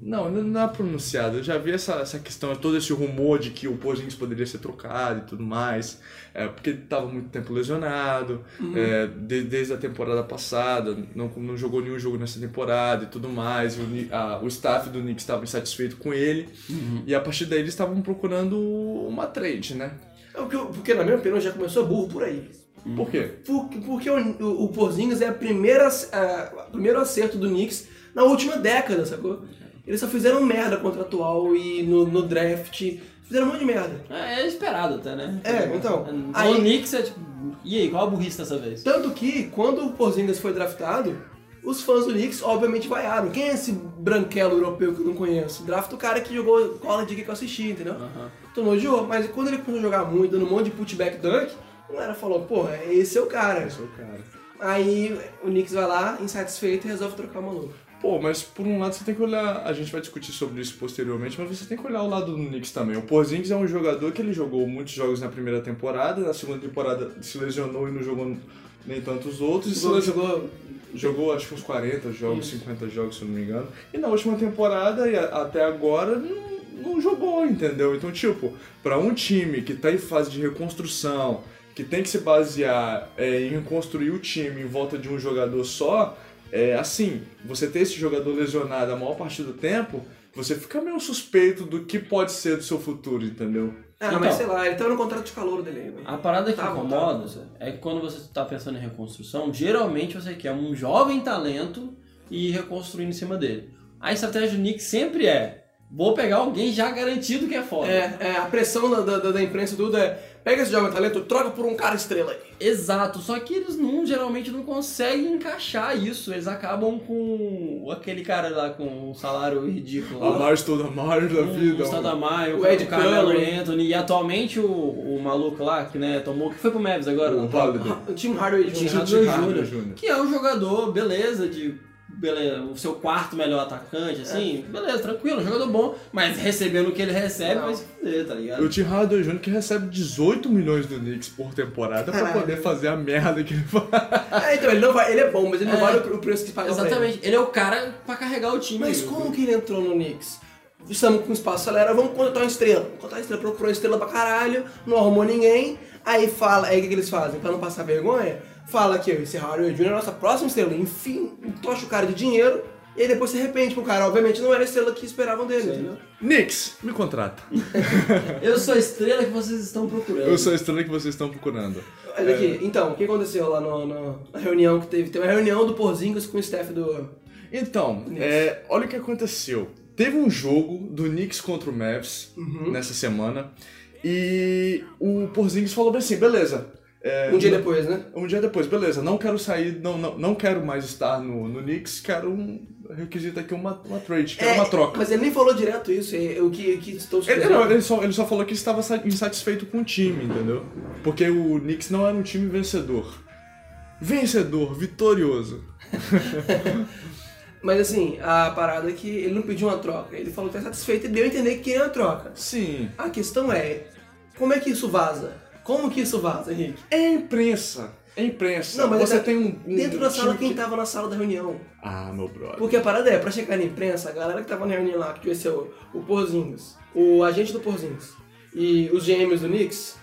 A: não, não não é pronunciado. Eu já vi essa, essa questão, todo esse rumor de que o Porzingis poderia ser trocado e tudo mais. É, porque ele estava muito tempo lesionado, é, de- desde a temporada passada, não, não jogou nenhum jogo nessa temporada e tudo mais. O, Ni- a- o staff do Knicks estava insatisfeito com ele. E a partir daí eles estavam procurando uma trade, né?
D: É o que eu- Porque, na minha opinião, já começou burro por aí.
A: Por quê?
D: Por- Porque o, o, o Porzingis é a primeira, a- o primeiro acerto do Knicks na última década, sacou? Eles só fizeram merda contratual e no, no draft. Fizeram um monte de merda.
B: É, é esperado até, né?
D: É, então,
B: O
D: aí-
B: Knicks é tipo. E aí, qual a burrice dessa vez?
D: Tanto que, quando o Porzingis foi draftado, os fãs do Knicks obviamente vaiaram. Quem é esse branquelo europeu que eu não conheço? Drafta o cara que jogou college que eu assisti, entendeu?
B: Aham.
D: Tu não odiou, mas quando ele começou a jogar muito, dando um monte de putback dunk, a galera falou, porra, esse é o cara.
A: Sou o cara.
D: Aí o Knicks vai lá, insatisfeito, e resolve trocar o maluco.
A: Pô, mas por um lado você tem que olhar. A gente vai discutir sobre isso posteriormente, mas você tem que olhar o lado do Knicks também. O Porzingis é um jogador que ele jogou muitos jogos na primeira temporada, na segunda temporada se lesionou e não jogou nem tantos outros. E se
D: Jogou,
A: lesionou-
D: jogou
A: Jogou acho que uns 40 jogos, 50 jogos, se eu não me engano. E na última temporada e a- até agora não, não jogou, entendeu? Então, tipo, pra um time que tá em fase de reconstrução, que tem que se basear é, em reconstruir o time em volta de um jogador só, é assim, você ter esse jogador lesionado a maior parte do tempo, você fica meio suspeito do que pode ser do seu futuro, entendeu?
D: Ah,
B: Então. Ah,
D: mas sei lá, ele tá no contrato de calor dele ainda.
B: A parada que
D: Tá bom,
B: incomoda é que quando você está pensando em reconstrução, geralmente você quer um jovem talento e ir reconstruindo em cima dele. A estratégia do Nick sempre é: vou pegar alguém já garantido que é foda.
D: É, é, a pressão da, da- da, da imprensa e tudo é pega esse jovem talento, troca por um cara estrela aí.
B: Exato, só que eles não geralmente não conseguem encaixar isso. Eles acabam com aquele cara lá com um salário ridículo.
A: A
B: lá.
A: mais toda a mais da vida.
B: O
A: mano.
B: Stadamai,
D: O
B: o, Ed
D: Ed
B: o Carmelo
D: Curry.
B: Anthony e atualmente o, o maluco lá que né, tomou, que foi pro Mavis agora. né?
A: O
B: não?
A: Holiday.
D: O Tim Hardaway
B: Tim
D: Jr.
A: Hardaway
B: Hardaway
A: Jr.
B: Jr., que é um jogador, beleza, de beleza, o seu quarto melhor atacante,
D: É.
B: assim, beleza, tranquilo, um jogador bom, mas recebendo o que ele recebe,
D: Não.
B: vai se fuder, tá ligado?
A: O Tim Hardaway Jr. que recebe 18 milhões do Knicks por temporada pra
D: Caralho.
A: poder fazer a merda que ele faz. *laughs*
D: É, então, ele, não vai, ele é bom, mas ele não
B: É.
D: vale o, o preço que pagam pra ele.
B: Exatamente, ele é o cara pra carregar o time.
D: Mas como que ele entrou no Knicks? Estamos com espaço salarial, vamos contratar uma estrela. Vamos Contratar uma estrela, procurou uma estrela pra caralho, não arrumou ninguém. Aí fala, aí o que, que eles fazem? Pra não passar vergonha, fala que esse Harry Jr. é a nossa próxima estrela. Enfim, entocha o cara de dinheiro e aí depois se arrepende pro cara. Obviamente não era a estrela que esperavam dele, entendeu?
A: Knicks, me contrata.
B: Eu sou a estrela que vocês estão procurando.
A: Eu sou a estrela que vocês estão procurando.
D: Olha aqui, então, o que aconteceu lá no- no- na reunião que teve? Teve uma reunião do Porzingis com o staff do.
A: Então, é, olha o que aconteceu. Teve um jogo do Knicks contra o Mavs
D: Uhum.
A: nessa semana e o Porzingis falou bem assim, beleza. é,
D: Um dia depois, né?
A: Um dia depois, beleza, não quero sair, não, não, não quero mais estar no, no Knicks, quero um requisito aqui, uma, uma trade,
D: É,
A: quero uma troca.
D: Mas ele nem falou direto isso, é o que, que estou
A: Ele,
D: sugerindo.
A: não, ele só, ele só falou que estava sa- insatisfeito com o time, entendeu? Porque o Knicks não era um time vencedor. Vencedor, vitorioso.
D: Mas assim, a parada é que ele não pediu uma troca. Ele falou que tá satisfeito e deu a entender que queria uma troca.
A: Sim.
D: A questão é, como é que isso vaza? Como que isso vaza, Henrique?
A: É imprensa. É imprensa. você
D: ele tá-
A: tem um. um
D: Dentro da
A: time
D: sala, quem tá-
A: que-
D: tava na sala da reunião?
A: Ah, meu brother.
D: Porque a parada é, pra chegar na imprensa, a galera que tava na reunião lá, que devia ser o, o Porzingis, o agente do Porzingis e os gêmeos do Knicks,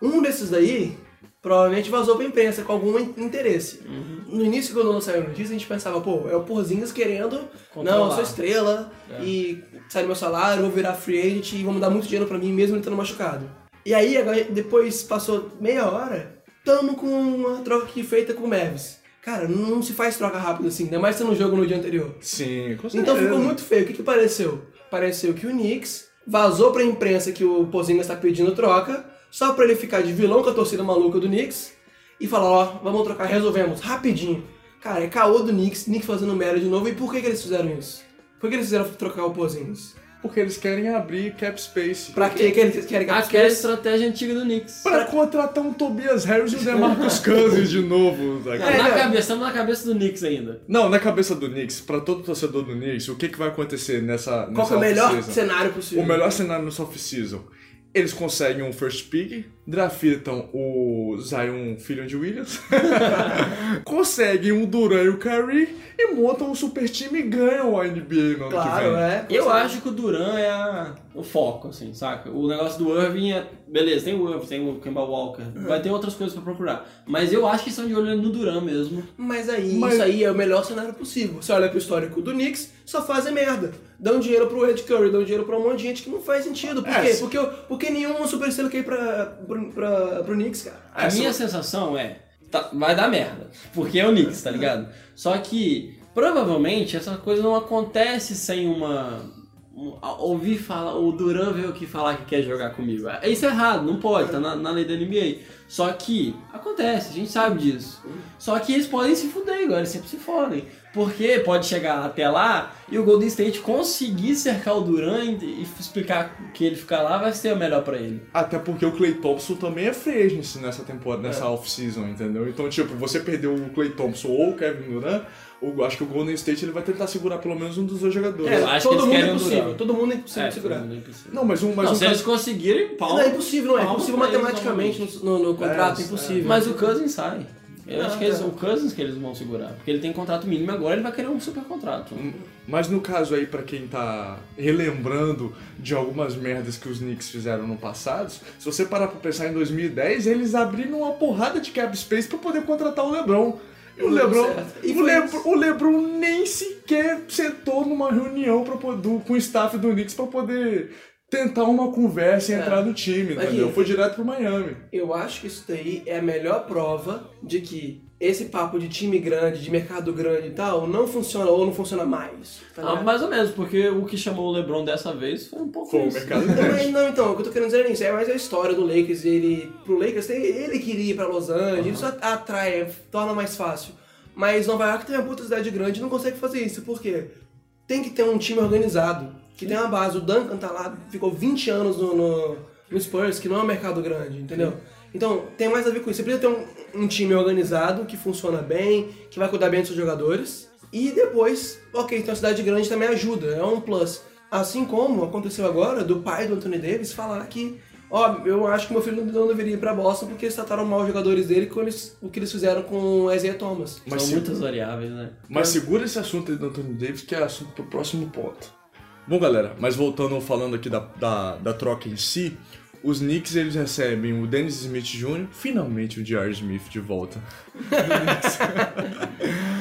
D: um desses daí provavelmente vazou pra imprensa com algum in- interesse. No início, quando não saiu a notícia, a gente pensava, pô, é o Porzingis querendo, não, eu
B: Controlar.
D: sou estrela e sai do meu salário, vou virar free agent e vão dar muito dinheiro pra mim, mesmo ele estando machucado. E aí, agora, depois passou meia hora, tamo com uma troca aqui feita com o Mavis. Cara, não se faz troca rápida assim, ainda mais sendo um jogo no dia anterior.
A: Sim, com certeza.
D: Então ficou muito feio. O que, que pareceu? Pareceu que o Knicks vazou pra imprensa que o Pozingas tá pedindo troca, só pra ele ficar de vilão com a torcida maluca do Knicks e falar, ó, vamos trocar, resolvemos, rapidinho. Cara, é caô do Knicks, Knicks fazendo merda de novo. E por que, que eles fizeram isso? Por que eles fizeram trocar o Pozingas?
A: Porque eles querem abrir cap space.
D: Pra que, que eles querem gastar?
B: Aquela estratégia antiga do Knicks.
A: Pra contratar um Tobias Harris e um Demarcus
D: *laughs*
A: Cousins de novo. tá?
B: Tá na
D: É,
B: cabeça, estamos na cabeça do Knicks ainda.
A: Não, na cabeça do Knicks, pra todo torcedor do Knicks, o que, que vai acontecer nessa.
D: Qual que é o melhor cenário possível?
A: O melhor cenário nessa off-season. Eles conseguem um first pick, draftam o Zion Filho de Williams, *laughs* conseguem o Duran e o Curry e montam um super time e ganham a NBA no ano que
D: Claro,
A: vem.
D: é.
B: Eu acho que o Duran é a- o foco, assim, saca? O negócio do Irving é. Beleza, tem o Irving, tem o Kemba Walker,
D: É.
B: vai ter outras coisas pra procurar. Mas eu acho que estão de olho no Duran mesmo.
D: Mas aí,
A: Mas-
D: isso aí é o melhor cenário possível. Você olha pro histórico do Knicks, só fazem merda. Dão dinheiro pro Red Curry, dão dinheiro pra um monte de gente que não faz sentido. Por
A: É,
D: quê?
A: se-
D: Porque, porque nenhuma superestrela quer ir pra, pro, pra, pro Knicks, cara.
B: A minha sensação é, tá- vai dar merda, porque é o Knicks, tá ligado? Só que provavelmente essa coisa não acontece sem uma um- a- ouvir falar, o Duran veio aqui falar que quer jogar comigo. É Isso é errado, não pode, tá na, na lei da NBA. Só que acontece, a gente sabe disso. Só que eles podem se fuder agora, eles sempre se fodem. Porque pode chegar até lá e o Golden State conseguir cercar o Duran e, e explicar que ele ficar lá vai ser o melhor pra ele.
A: Até porque o Clay Thompson também é free
D: É.
A: agency nessa temporada, nessa off-season, entendeu? Então, tipo, você perdeu o Clay Thompson ou o Kevin Durant, o- acho que o Golden State ele vai tentar segurar pelo menos um dos dois jogadores.
D: É,
B: Eu acho que
D: todo
B: eles
D: mundo é
B: querem um
D: possível.
B: duelo.
D: Todo mundo é impossível de
B: todo
D: segurar.
B: mundo é impossível.
A: Não, mas um, mas
B: Não,
A: um
B: se eles conseguirem, pau.
D: Não, é impossível, não é. É
B: Palma
D: impossível
B: pra eles,
D: matematicamente no, no- no contrato, é,
A: É,
D: impossível.
B: Mas o Cousins sai. Eu
D: Ah,
B: acho que eles,
D: tá.
B: o Cousins que eles vão segurar. Porque ele tem contrato mínimo agora, ele vai querer um super contrato.
D: Hum.
A: Mas no caso aí, pra quem tá relembrando de algumas merdas que os Knicks fizeram no passado, se você parar pra pensar em 2010, eles abriram uma porrada de cap space pra poder contratar o LeBron. E o
D: Não deu
A: LeBron,
D: certo. E
A: o,
D: foi
A: Lebron, o LeBron nem sequer sentou numa reunião pra, po- do- com o staff do Knicks pra poder tentar uma conversa e entrar no time,
D: É. Mas,
A: entendeu?
D: enfim.
A: Foi direto pro Miami.
D: Eu acho que isso daí é a melhor prova de que esse papo de time grande, de mercado grande e tal, não funciona ou não funciona mais. tá
B: Ah,
D: ligado?
B: mais ou menos, porque o que chamou o LeBron dessa vez foi um pouco
A: Foi o
B: isso.
A: mercado
D: Não,
A: grande.
D: mas- não, então, o que eu tô querendo dizer é isso. É mais a história do Lakers. Ele, pro Lakers, ele- ele queria ir pra Los Angeles. Isso a- atrai, torna mais fácil. Mas Nova York tem uma puta cidade grande e não consegue fazer isso. Por quê? Tem que ter um time organizado, que tem uma base. O Duncan tá lá, ficou 20 anos no, no- no Spurs, que não é um mercado grande, entendeu? Então, tem mais a ver com isso. Você precisa ter um, um time organizado, que funciona bem, que vai cuidar bem dos seus jogadores. E depois, ok, então a cidade grande também ajuda, é um plus. Assim como aconteceu agora do pai do Anthony Davis falar que, ó, eu acho que meu filho não deveria ir pra Boston porque eles trataram mal os jogadores dele com eles- o que eles fizeram com o Isaiah Thomas.
A: Mas
B: São
A: se-
B: muitas variáveis, né?
A: Mas segura esse assunto aí do Anthony Davis, que é assunto pro próximo ponto. Bom, galera, mas voltando falando aqui da, da, da troca em si, os Knicks eles recebem o Dennis Smith Jr., finalmente o J.R. Smith de volta.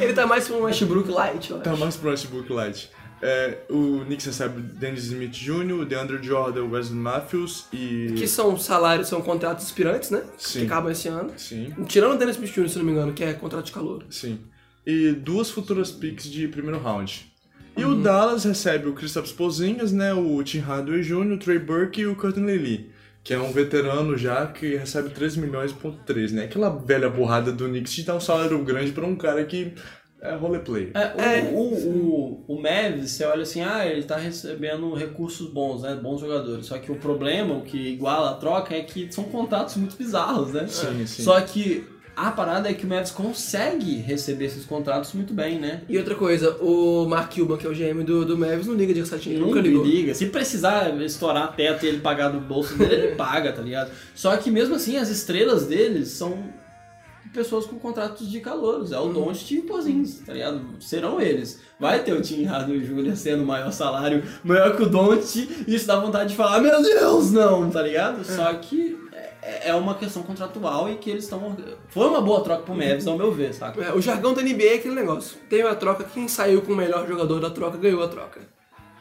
D: Ele tá mais pra um Westbrook Light, ó.
A: Tá mais pro Westbrook Light. É, o Knicks recebe o Dennis Smith Jr., o DeAndre Jordan, o Wesley Matthews e...
D: Que são salários, são contratos expirantes, né?
A: Sim.
D: Que acabam esse ano.
A: Sim,
D: Tirando o Dennis Smith Jr., se não me engano, que é contrato de calor.
A: sim. E duas futuras picks de primeiro round. E o Dallas recebe o Kristaps Pozingas, né, o Tim Hardaway Jr., o Trey Burke e o Curtin Lee, que é um veterano já que recebe 3 milhões, ponto 3, né? Aquela velha burrada do Knicks de dar um salário grande pra um cara que é roleplay.
B: É, o, o, o, o Mavis, você olha assim, ah, ele tá recebendo recursos bons, né? Bons jogadores. Só que o problema, o que iguala a troca, é que são contratos muito bizarros, né?
A: Sim, sim.
B: Só que a parada é que o Mavis consegue receber esses contratos muito bem, né?
D: E outra coisa, o Mark Cuban, que é o GM do, do Mavis, não liga
B: Ele
D: de ressatinho,
B: nunca
D: nunca ligou.
B: liga. Se precisar estourar teto e ele pagar do bolso dele, ele *laughs* paga, tá ligado? Só que mesmo assim, as estrelas deles são pessoas com contratos de calouros. É o Doncic e o Porzingis, tá ligado? Serão eles. Vai ter o Tim Hardaway Jr. sendo o maior salário, maior que o Doncic, e isso dá vontade de falar, meu Deus, não, tá ligado? Só que é- é uma questão contratual e que eles estão... Foi uma boa troca pro Mavis, ao meu ver, saca?
D: É, o jargão da NBA é aquele negócio. Teve a troca, quem saiu com o melhor jogador da troca ganhou a troca.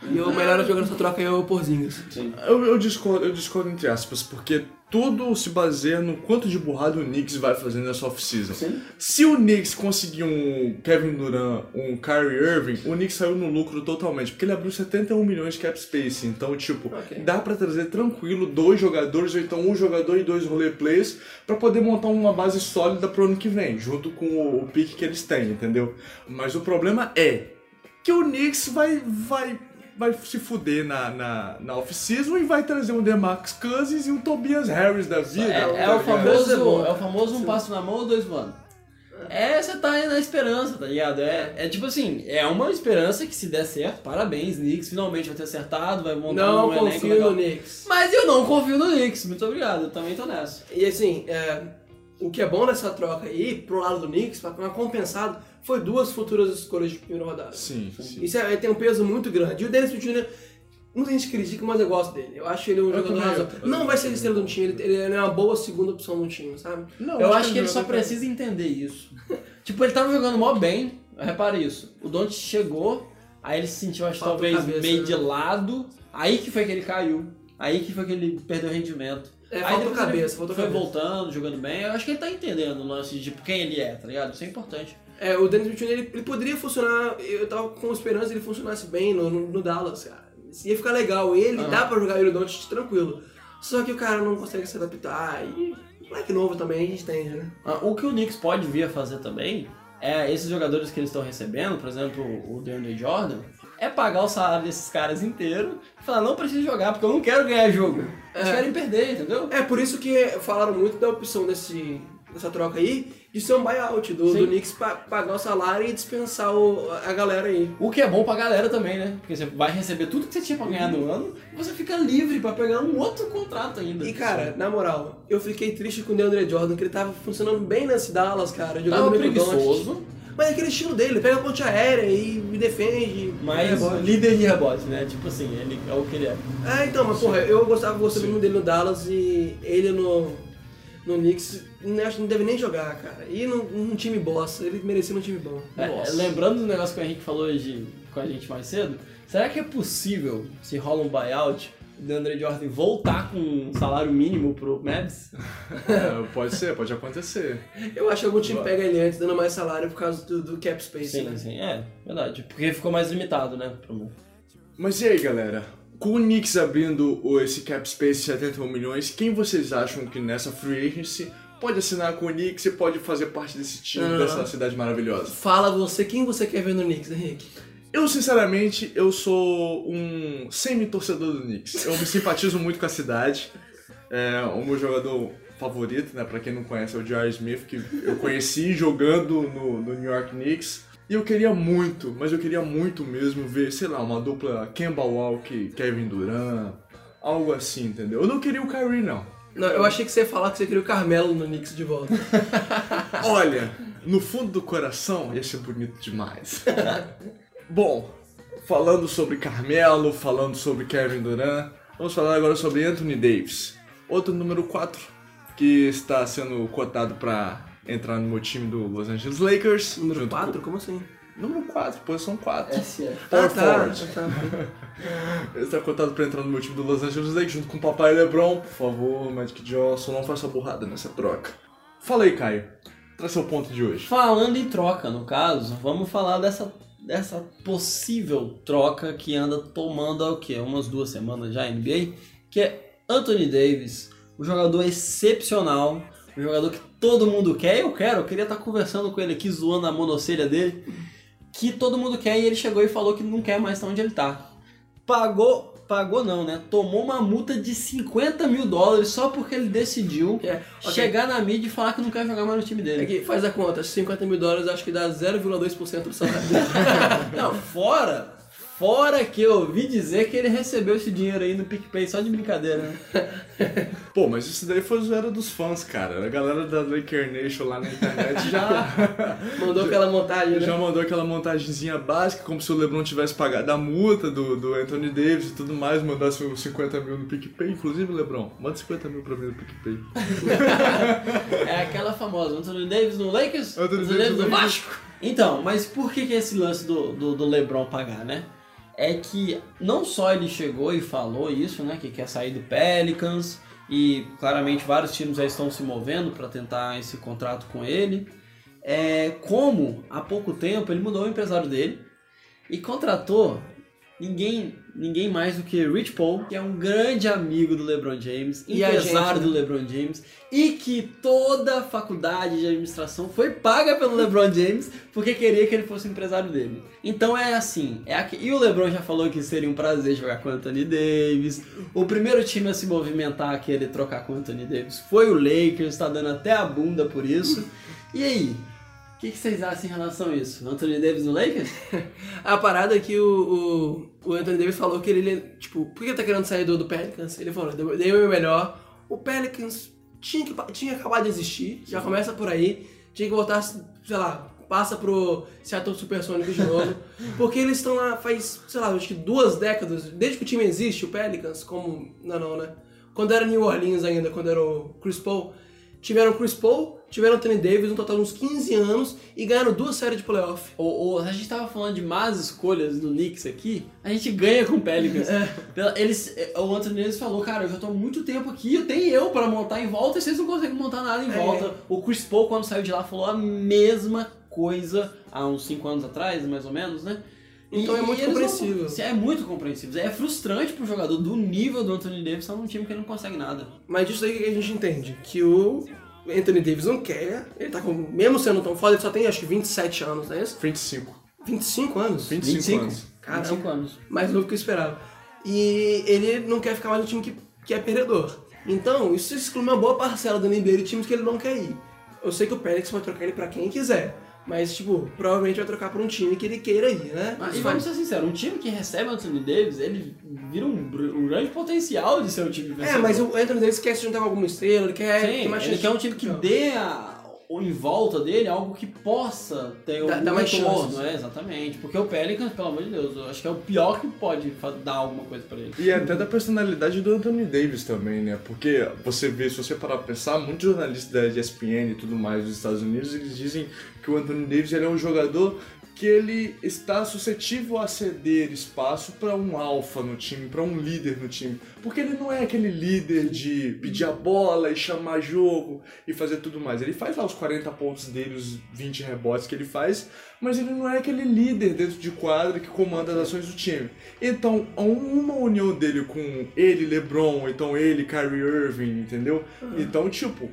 D: E o melhor jogador dessa troca é o Porzingas.
A: É, Eu, eu discordo, eu discordo entre aspas, porque tudo se baseia no quanto de burrada o Knicks vai fazer nessa off-season.
B: Sim.
A: Se o Knicks conseguir um Kevin Durant, um Kyrie Irving, o Knicks saiu no lucro totalmente, porque ele abriu 71 milhões de cap space. Então, tipo, dá pra trazer tranquilo dois jogadores, ou então um jogador e dois role players, pra poder montar uma base sólida pro ano que vem, junto com o, o pique que eles têm, entendeu? Mas o problema é que o Knicks vai, vai, vai se fuder na, na, na off-season e vai trazer um DeMarcus Cousins e um Tobias Harris da vida.
B: É, é
A: tá
B: o
A: ligado?
B: famoso,
D: Esse é bom.
B: é o famoso um passo na mão ou dois voando. É, você tá aí na esperança, tá ligado? É, é tipo assim, é uma esperança que se der certo, parabéns, Knicks, finalmente vai ter acertado, vai montar
D: Não
B: um elenco
D: confio no
B: legal.
D: Knicks.
B: Mas eu não confio no Knicks, muito obrigado, eu também tô nessa.
D: E assim, é, o que é bom nessa troca aí, pro lado do Knicks, pra pra compensado, foi duas futuras escolhas de primeira rodada.
A: Sim, sim.
D: Isso é, tem um peso muito grande. E o Dennis Smith Jr., muita gente critica, mas eu gosto dele. Eu acho ele um jogador
A: também,
D: razoável.
A: eu-
D: Não vai ser estrela de um time, ele, ele é uma boa segunda opção no time, sabe?
A: Não,
B: eu acho que
A: é um
B: ele só
A: jogador-
B: precisa entender isso. tipo, ele tava jogando mó bem, repare isso. O Don't chegou, aí ele se sentiu, acho,
D: Faltou
B: talvez
D: cabeça,
B: meio
D: né?
B: de lado, aí que foi que ele caiu. Aí que foi que ele perdeu o rendimento.
D: É,
B: Aí
D: faltou
B: depois ele
D: cabeça, faltou
B: foi
D: cabeça.
B: voltando, jogando bem. Eu acho que ele tá entendendo o lance de quem ele é, tá ligado? Isso é importante.
D: É, o Dennis Smith Jr., ele, ele poderia funcionar, eu tava com esperança que ele funcionasse bem no, no, no Dallas, cara. Isso ia ficar legal, ele,
B: Ah.
D: dá pra jogar ele o Doncic tranquilo. Só que o cara não consegue se adaptar e... Moleque novo também, a gente entende, né?
B: Ah, O que o Knicks pode vir a fazer também é esses jogadores que eles estão recebendo, por exemplo, o DeAndre Jordan, é pagar o salário desses caras inteiro e falar, não preciso jogar porque eu não quero ganhar jogo. Eles querem perder, entendeu?
D: É, por isso que falaram muito da opção desse, nessa troca aí, de ser um buyout do, do Knicks pa- pagar o salário e dispensar o- a galera aí.
B: O que é bom pra galera também, né? Porque você vai receber tudo que você tinha pra ganhar no ano, você fica livre pra pegar um outro contrato ainda.
D: E cara, na moral, eu fiquei triste com o DeAndre Jordan, que ele tava funcionando bem nas Dallas, cara, jogando
B: tava
D: bem com o Doncic.
B: Tá preguiçoso,
D: Mas é aquele estilo dele, ele pega a ponte aérea e me defende.
B: mas
D: é bom.
B: líder de rebote, né? Tipo assim, ele é o que ele é.
D: É, então, mas porra, eu gostava, gostava muito dele no Dallas e ele no, no Knicks, né, acho que não deve nem jogar, cara. E num, num time bosta, ele merecia um time bom.
B: É,
D: Nossa.
B: lembrando do negócio que o Henrique falou hoje com a gente mais cedo, será que é possível, se rola um buyout, o DeAndre Jordan voltar com um salário mínimo pro Mavs?
A: É, pode ser, pode acontecer.
D: Eu acho que algum time pega ele antes, dando mais salário por causa do, do cap space, né?
B: Sim, sim, é, verdade. Porque ficou mais limitado, né? pro-
A: Mas e aí, galera? Com o Knicks abrindo o- esse cap space de 71 milhões, quem vocês acham que nessa free agency pode assinar com o Knicks e pode fazer parte desse time,
D: Não, não,
A: dessa
D: não.
A: cidade maravilhosa?
D: Fala você, quem você quer ver no Knicks, Henrique?
A: Eu, sinceramente, eu sou um semi-torcedor do Knicks. Eu me simpatizo muito com a cidade. É, o meu jogador favorito, né, pra quem não conhece, é o J.R. Smith, que eu conheci jogando no, no New York Knicks. E eu queria muito, mas eu queria muito mesmo ver, sei lá, uma dupla Kemba Walker, Kevin Durant, algo assim, entendeu? Eu não queria o Kyrie, não.
D: Não, eu achei que você ia falar que você queria o Carmelo no Knicks de
B: *laughs*
D: volta.
A: Olha, no fundo do coração, ia ser bonito demais. *laughs* Bom, falando sobre Carmelo, falando sobre Kevin Durant, vamos falar agora sobre Anthony Davis. Outro número 4 que está sendo cotado para entrar no meu time do Los Angeles Lakers.
D: Número
A: junto
D: 4? Como assim?
A: Com... Número 4, posição 4.
B: SF.
A: Power
D: Ah, tá,
A: forward.
D: tá.
B: *laughs*
A: Ele está cotado para entrar no meu time do Los Angeles Lakers junto com o papai LeBron. Por favor, Magic Johnson, não faça burrada nessa troca. Fala aí, Caio. Traz seu ponto de hoje.
B: Falando em troca, no caso, vamos falar dessa, dessa possível troca que anda tomando há o quê? Umas duas semanas já em NBA, que é Anthony Davis, um jogador excepcional, um jogador que todo mundo quer, eu quero, eu queria estar conversando com ele aqui, zoando a monocelha dele, que todo mundo quer e ele chegou e falou que não quer mais estar onde ele tá. Pagou, pagou não, né? Tomou uma multa de 50 mil dólares só porque ele decidiu
D: É, ok. É
B: chegar na mídia e falar que não quer jogar mais no time dele.
D: Aqui, faz a conta, 50 mil dólares acho que dá 0,2% do salário dele.
B: Não, fora, fora que eu ouvi dizer que ele recebeu esse dinheiro aí no PicPay só de brincadeira, né?
A: Pô, mas isso daí foi zoeira dos fãs, cara. A galera da Laker Nation lá na internet já,
D: Mandou aquela montagem, né?
A: já mandou aquela montagenzinha básica, como se o LeBron tivesse pagado a multa do, do Anthony Davis e tudo mais, mandasse os 50 mil no PicPay. Inclusive, LeBron, manda 50 mil pra mim no PicPay.
B: É aquela famosa, Anthony Davis no Lakers,
A: Anthony Davis
B: Anthony, Davis
A: no
B: no
A: Lakers.
B: Vasco. Então, mas por que, que esse lance do, do, do LeBron pagar, né? É que não só ele chegou e falou isso, né, que quer sair do Pelicans e claramente vários times já estão se movendo para tentar esse contrato com ele. É, como há pouco tempo ele mudou o empresário dele e contratou ninguém ninguém mais do que Rich Paul, que é um grande amigo do LeBron James,
D: E a
B: empresário
D: gente, né?
B: do LeBron James e que toda a faculdade de administração foi paga pelo LeBron James porque queria que ele fosse um empresário dele. Então é assim, é aqui. e o LeBron já falou que seria um prazer jogar com o Anthony Davis. O primeiro time a se movimentar a querer trocar com o Anthony Davis foi o Lakers, tá dando até a bunda por isso. E aí? O que, que vocês acham em relação a isso? Anthony Davis no Lakers?
D: A parada é que o, o, o Anthony Davis falou que ele, tipo, por que ele tá querendo sair do, do Pelicans? Ele falou, "Dei- dei o meu melhor. O Pelicans tinha, que, pa- tinha acabado de existir, já começa por aí. Tinha que voltar, sei lá, passa pro Seattle Supersonics de novo. porque eles estão lá faz, sei lá, acho que duas décadas, desde que o time existe, o Pelicans, como... Não, não, né? Quando era New Orleans ainda, quando era o Chris Paul. Tiveram Chris Paul, tiveram Anthony Davis, um total de uns 15 anos, e ganharam duas séries de playoff.
B: O, o- a gente tava falando de más escolhas do Knicks aqui, a gente ganha com o
D: *laughs*
B: Pelicans. Pela- Eles, é, o Anthony Davis falou, cara, eu já tô há muito tempo aqui, eu tenho eu pra montar em volta e vocês não conseguem montar nada em
D: É.
B: volta. O Chris Paul, quando saiu de lá, falou a mesma coisa há uns 5 anos atrás, mais ou menos, né?
D: Então é muito
B: eles não-
D: compreensível.
B: Sim, é muito compreensível. É frustrante pro jogador do nível do Anthony Davis estar num time que ele não consegue nada.
D: Mas disso aí o que a gente entende? Que o Anthony Davis não quer, ele tá com, mesmo sendo tão foda, ele só tem acho que 27 anos, não é isso?
A: 25.
D: 25 anos?
A: 25,
B: 25?
A: anos.
D: Caramba.
B: 25 anos.
D: Mais novo que eu esperava. E ele não quer ficar mais no time que, que é perdedor. Então, isso exclui uma boa parcela da NBA de times que ele não quer ir. eu sei que o Penix vai trocar ele pra quem quiser. Mas, tipo, provavelmente vai trocar pra um time que ele queira ir, né?
B: Mas, e vamos ser sinceros, um time que recebe o Anthony Davis, ele vira um, br- um grande potencial de ser um time
D: É,
B: vencedor.
D: mas o Anthony Davis quer se juntar com alguma estrela, ele quer...
B: Sim,
D: tem mais
B: ele
D: chance
B: quer um
D: de-
B: time que
D: Então,
B: dê a- ou em volta dele algo que possa ter
D: Dá-
B: um
D: dá mais
B: retorno,
D: chances.
B: é, exatamente. Porque o Pelicans, pelo amor de Deus, eu acho que é o pior que pode fa- dar alguma coisa pra ele.
D: é-
A: E é até da personalidade do Anthony Davis também, né? Porque você vê, se você parar pra pensar, muitos jornalistas da ESPN e tudo mais dos Estados Unidos, eles dizem que o Anthony Davis ele é um jogador que ele está suscetível a ceder espaço pra um alfa no time, pra um líder no time. Porque ele não é aquele líder de pedir a bola e chamar jogo e fazer tudo mais. Ele faz lá os 40 pontos dele, os 20 rebotes que ele faz, mas ele não é aquele líder dentro de quadra que comanda as ações do time. Então, uma união dele com ele, LeBron, ou então ele, Kyrie Irving, entendeu?
B: Ah.
A: Então, tipo,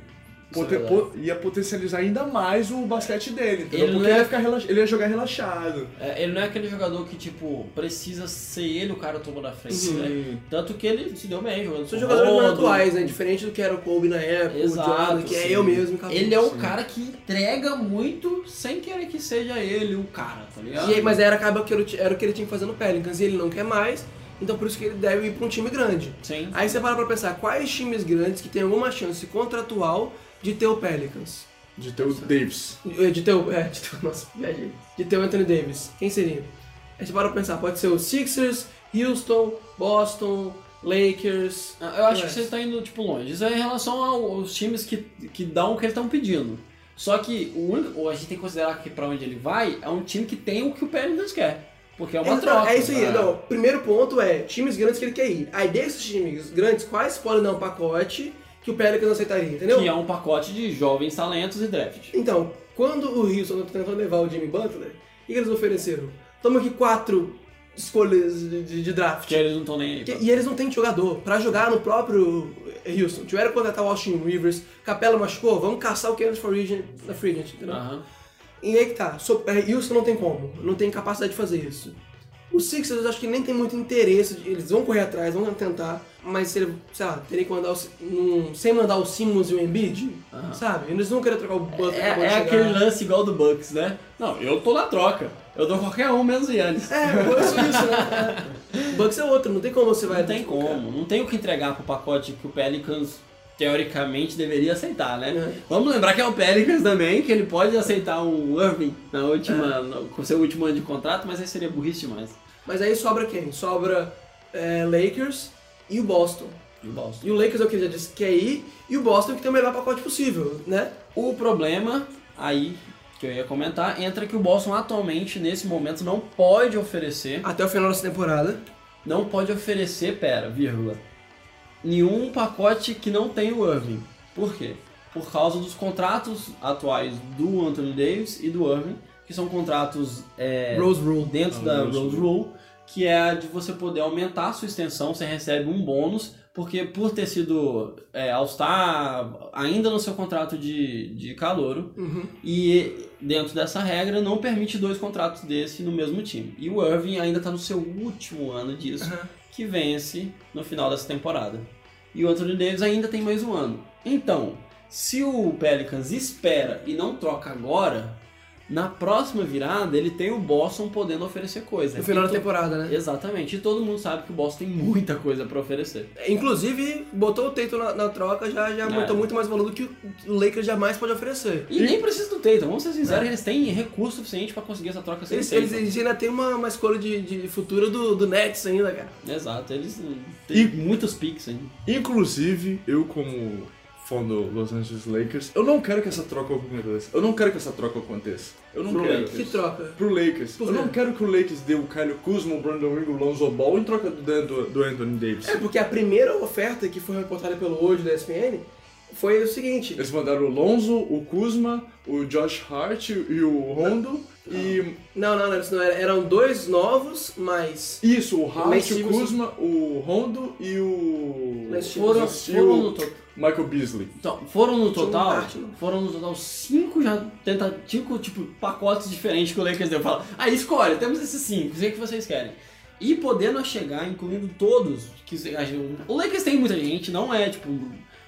A: poten-
B: verdade.
A: po- ia potencializar ainda mais o basquete dele, entendeu?
B: Ele
A: Porque
B: não
A: ele
B: é-
A: ia, ficar relax- ele ia jogar relaxado.
B: É, ele não é aquele jogador que, tipo, precisa ser ele o cara tomando a frente, né?
A: Sim.
B: Tanto que ele se deu bem jogando.
D: São
B: com
D: jogadores mais
B: Rondo.
D: atuais, né? Diferente do que era o Kobe na época,
B: Exato,
D: o Jordan, que é
B: sim.
D: eu mesmo. acabou.
B: Ele é o cara que entrega muito sem querer que seja ele o cara, tá ligado?
D: E aí, mas era, acaba que era, o ti- era o que ele tinha que fazer no Pelicans e ele não quer mais, então por isso que ele deve ir pra um time grande.
B: Sim.
D: Aí você para pra pensar, quais times grandes que tem alguma chance contratual de ter o Pelicans?
A: De ter o Davis.
D: Eh, De ter o. É, de ter o. *laughs* Nossa, viajei. De ter o Anthony Davis. Quem seria? Aí você para pra pensar, pode ser o Sixers, Houston, Boston, Lakers.
B: Ah, Eu acho
D: Ué.
B: que você está indo tipo longe. Isso é em relação ao- aos times que, que dão o que eles estão pedindo. Só que o único, ou a gente tem que considerar que para onde ele vai é um time que tem o que o Pelicans quer. Porque é uma
D: Então,
B: troca.
D: é isso aí,
B: né?
D: não. Primeiro ponto é times grandes que ele quer ir. Aí desses times grandes, quais podem dar um pacote que o Pelicans aceitaria, entendeu?
B: Que é um pacote de jovens talentos e draft.
D: Então, quando o Houston tentou tá levar o Jimmy Butler, o que eles ofereceram? Toma aqui quatro escolhas de, de- de draft.
B: Que eles não estão nem aí. tá?
D: Que- e eles não têm jogador pra jogar no próprio Houston. Tiveram que contratar o Austin Rivers, Capela machucou, vamos caçar o Kenneth for Regent, na free agent, entendeu?
B: Aham.
D: E aí que tá, so, é, Houston não tem como, não tem capacidade de fazer isso. Os Sixers eu acho que nem tem muito interesse, de- eles vão correr atrás, vão tentar, mas se ele, sei lá, teria que mandar o, num- sem mandar o Simmons e o Embiid, sabe? Eles não querem trocar o Butler.
B: É,
D: acabou de
B: é
D: chegar.
B: aquele lance igual do Bucks, né? Não, eu tô na troca. Eu dou qualquer um menos o Yannis.
D: É, Bucks é isso, né? É. Bucks é outro, não tem como você vai.
B: Não tem como, não tem o que entregar pro pacote que o Pelicans teoricamente deveria aceitar, né?
D: É.
B: Vamos lembrar que é o Pelicans também, que ele pode aceitar o Irving na última, no- com seu último ano de contrato, mas aí seria burrice demais.
D: Mas aí sobra quem? Sobra é, Lakers e o Boston.
B: E o Boston.
D: E o Lakers é o que eu já disse que é ir, e o Boston que tem o melhor pacote possível, né?
B: O problema aí que eu ia comentar entra que o Boston atualmente nesse momento não pode oferecer,
D: Até o final dessa temporada.
B: não pode oferecer, pera, vírgula, nenhum pacote que não tem o Irving. Por quê? Por causa dos contratos atuais do Anthony Davis e do Irving, que são contratos é,
D: Rose Rule.
B: dentro da Road Rule, que é a de você poder aumentar a sua extensão, você recebe um bônus, porque por ter sido é, All-Star ainda no seu contrato de, de calouro,
D: Uhum.
B: e dentro dessa regra não permite dois contratos desse no mesmo time. E o Irving ainda está no seu último ano disso, que vence no final dessa temporada. E o Anthony Davis ainda tem mais um ano. Então, se o Pelicans espera e não troca agora, na próxima virada ele tem o Boston podendo oferecer coisa.
D: No final
B: E
D: da
B: to-
D: temporada, né?
B: Exatamente. E todo mundo sabe que o Boston tem muita coisa pra oferecer.
D: Inclusive, botou o Tatum na, na troca, já,
A: É.
D: já aumentou muito mais o valor do que o Lakers jamais pode oferecer.
B: E, nem precisa do Tatum, vamos ser sinceros, eles têm recurso suficiente pra conseguir essa troca sem
D: É. Eles,
B: Tatum.
D: eles, eles ainda têm uma, uma escolha de, de futuro do, do Nets ainda, cara.
B: Exato, eles têm
A: E-
B: muitos picks ainda.
A: Inclusive, eu como fã do Los Angeles Lakers, eu não quero que essa troca aconteça. Eu não quero que essa troca aconteça. Eu não
B: Pro
A: quero.
B: Lakers.
D: Que troca.
A: Pro Lakers.
D: Por
A: eu
D: quê?
A: não quero que o Lakers dê o Kyle Kuzma, o Brandon Ingram, o Lonzo Ball em troca do, do, do Anthony Davis.
D: É, porque a primeira oferta que foi reportada pelo hoje da ESPN foi o seguinte.
A: Eles mandaram o Lonzo, o Kuzma, o Josh Hart e o Rondo. E
D: Não, não, não, isso não era, eram dois novos, mas
A: isso, o Hart,
D: Lance
A: o
D: Stevenson.
A: Kuzma, o Rondo e o...
D: Lance
B: Foram,
A: e
B: foram no
A: o
B: total.
A: Michael Beasley.
B: Então, foram no total.
D: parte, não.
B: Foram no total cinco já tenta, cinco, tipo, pacotes diferentes que o Lakers deu. Fala, aí escolhe, temos esses cinco, sei o que vocês querem. E podendo chegar, incluindo todos, que se- a gente- o Lakers tem muita gente, não é tipo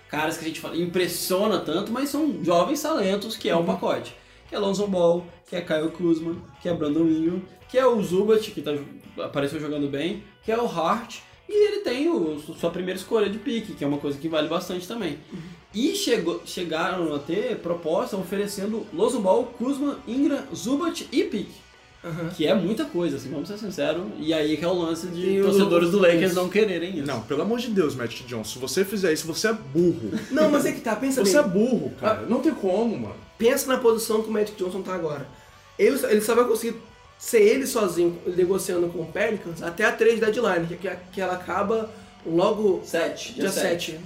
B: caras que a gente fala, impressiona tanto, mas são jovens talentos que é o pacote. Que é Lonzo Ball, que é Kyle Kuzma, que é Brandon Ingram, que é o Zubat, que tá, apareceu jogando bem, que é o Hart, e ele tem o, sua primeira escolha de pique, que é uma coisa que vale bastante também. E chegou, chegaram a ter proposta oferecendo Lonzo Ball, Kuzma, Ingram, Zubat e pique. Que é muita coisa, assim, vamos ser sinceros. E aí que é o lance de
D: E o-
B: torcedores do Lakers
D: isso.
B: não quererem isso.
A: Não, pelo amor de Deus, Matt Johnson, se você fizer isso, você é burro.
D: Não, mas é que tá, pensa
A: Você é
D: bem.
A: burro, cara. Não tem como, mano.
D: Pensa na posição que o Magic Johnson tá agora. Ele, só- ele só vai conseguir ser ele sozinho negociando com o Pelicans até a 3 deadline, que, que- que ela acaba logo
B: 7,
D: dia 7.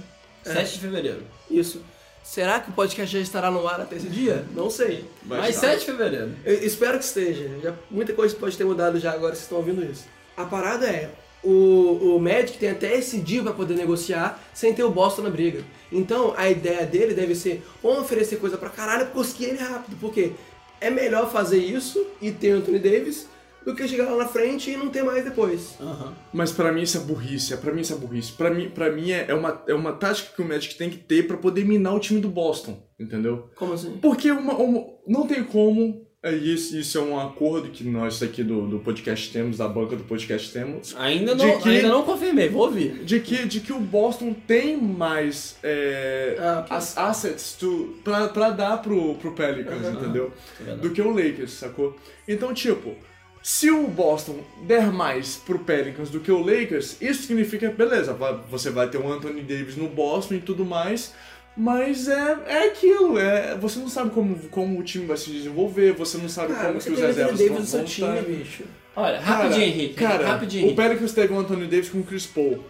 A: É.
B: 7 de fevereiro.
D: Isso. Será que o podcast já estará no ar até esse dia? Não sei.
A: Vai
B: Mas
A: estar.
B: 7 de fevereiro.
D: Eu espero que esteja. Já- muita coisa pode ter mudado já agora, vocês estão ouvindo isso. A parada é, o, o Magic tem até esse dia pra poder negociar sem ter o Boston na briga. Então a ideia dele deve ser, vamos oferecer coisa pra caralho pra conseguir ele rápido, porque é melhor fazer isso e ter o Anthony Davis do que chegar lá na frente e não ter mais depois.
B: Aham.
A: Mas pra mim isso é burrice, é pra mim isso é burrice. Pra mim, pra mim é, é uma, é uma tática que o Magic tem que ter pra poder minar o time do Boston, entendeu?
D: Como assim?
A: Porque uma, uma- não tem como. é, Isso, isso é um acordo que nós aqui do, do podcast temos, da banca do podcast temos.
B: Ainda,
A: De
B: não,
A: que-
B: ainda não confirmei, vou ouvir.
A: De que, de que o Boston tem mais é,
D: Ah, ok.
A: as- assets to, pra, pra dar pro, pro Pelicans, entendeu?
B: É
A: Do que o Lakers, sacou? Então, tipo, se o Boston der mais pro Pelicans do que o Lakers, isso significa, beleza, va- você vai ter o Anthony Davis no Boston e tudo mais. Mas é, é aquilo, é, você não sabe como, como o time vai se desenvolver, você não sabe
D: Cara,
A: como
D: você
A: que os
D: tem o Anthony
A: reservas
D: Davis
A: vão
D: no seu time,
A: voltar.
D: bicho.
B: Olha,
A: Cara,
B: rapidinho, Henrique.
A: Cara,
B: rapidinho.
A: o Pelicans teve o Anthony Davis com o Chris Paul.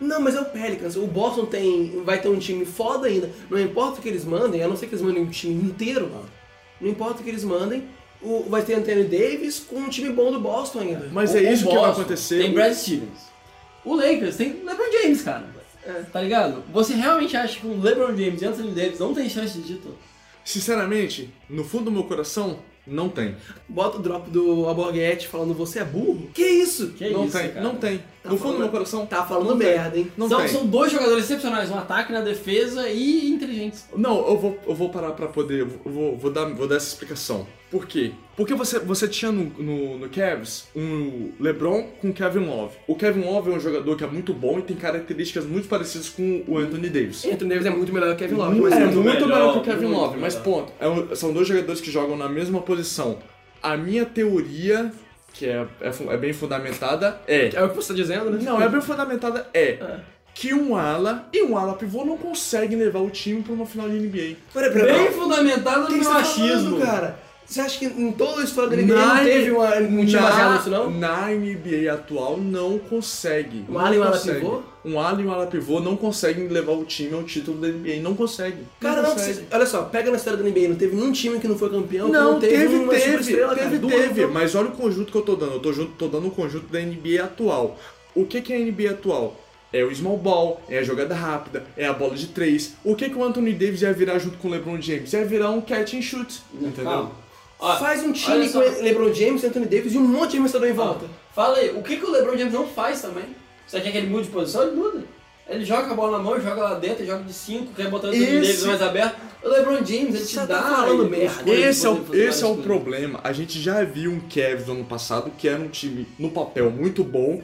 D: Não, mas é o Pelicans. O Boston tem, vai ter um time foda ainda. Não importa o que eles mandem, a não ser que eles mandem um time inteiro. Não importa o que eles mandem, o, vai ter Anthony Davis com um time bom do Boston ainda.
A: Mas
B: O-
A: é
B: o
A: isso que vai
B: Boston
A: acontecer.
B: Tem Brad Stevens. O Lakers tem LeBron James, cara.
A: É.
B: Tá ligado? Você realmente acha que o LeBron James e Anthony Davis não tem chance de título?
A: Sinceramente, no fundo do meu coração, não tem.
D: Bota o drop do Alborguete falando você é burro. Que isso?
B: Que
A: não
B: isso,
A: tem,
B: cara?
A: não tem.
D: Tá
A: no fundo
D: falando-
A: do meu coração,
D: Tá falando
A: não tem.
D: merda, hein?
A: Não
B: são,
A: tem.
B: são dois jogadores excepcionais, no ataque, na defesa e inteligentes.
A: Não, eu vou, eu vou parar pra poder. Eu vou, vou, dar, vou dar essa explicação. Por quê? Porque você, você tinha no, no, no Cavs um LeBron com Kevin Love. O Kevin Love é um jogador que é muito bom e tem características muito parecidas com o Anthony Davis.
D: Anthony Davis é muito melhor que o Kevin Love.
A: Muito,
D: mas
A: é,
D: tudo
A: muito
D: bem.
A: melhor,
B: melhor,
A: que o Kevin
B: muito
A: Love, mas
B: melhor.
A: ponto. É um- são dois jogadores que jogam na mesma posição. A minha teoria, que é, é, fu- é bem fundamentada, é.
D: É o que você tá dizendo, né?
A: Não, é bem fundamentada é que um ala e um ala pivô não conseguem levar o time pra uma final de NBA.
D: Peraí, peraí,
B: Bem
D: peraí.
B: fundamentado
D: O que
B: no
D: você
B: meu
D: tá
B: machismo.
D: falando, cara? Você acha que em toda a história da NBA não
A: Na-
D: teve uma, um time baseado nisso, não?
A: Na NBA atual não consegue.
D: Um
A: Não
D: ala e um ala
A: consegue.
D: pivô?
A: Um ala e um ala pivô não conseguem levar o time ao título da NBA. Não consegue.
D: Cara, não,
A: consegue.
D: precisa. olha só, pega na história da NBA, não teve nenhum time que não foi campeão, que
A: Não,
D: não
A: teve,
D: uma
A: teve,
D: superestrela, cara,
A: teve,
D: duas
A: teve,
D: não-
A: mas olha o conjunto que eu tô dando, eu tô, junto, tô dando o conjunto da NBA atual. O que que é a NBA atual? É o small ball, é a jogada rápida, é a bola de três. O que que o Anthony Davis ia virar junto com o LeBron James? Ia virar um catch and shoot, entendeu?
B: Calma. Ó,
D: Faz um
B: olha
D: time com
B: só. Ah,
D: LeBron James, Anthony Davis e um monte de investidor em volta.
B: Fala aí, o que, que o LeBron James não faz também? Você quer que ele mude de posição? Ele muda. Ele joga a bola na mão, joga lá dentro, joga de 5, quer botar o Anthony
A: Esse-
B: Davis mais aberto. O LeBron James, ele te
D: Você tá
B: dá.
D: falando
B: ele-
D: merda.
B: ele- ele-
A: Esse é,
B: ele-
A: o,
B: ele- ele-
A: esse é o
B: ele-
A: problema. A gente já viu um Cavs no ano passado que era um time no papel muito bom,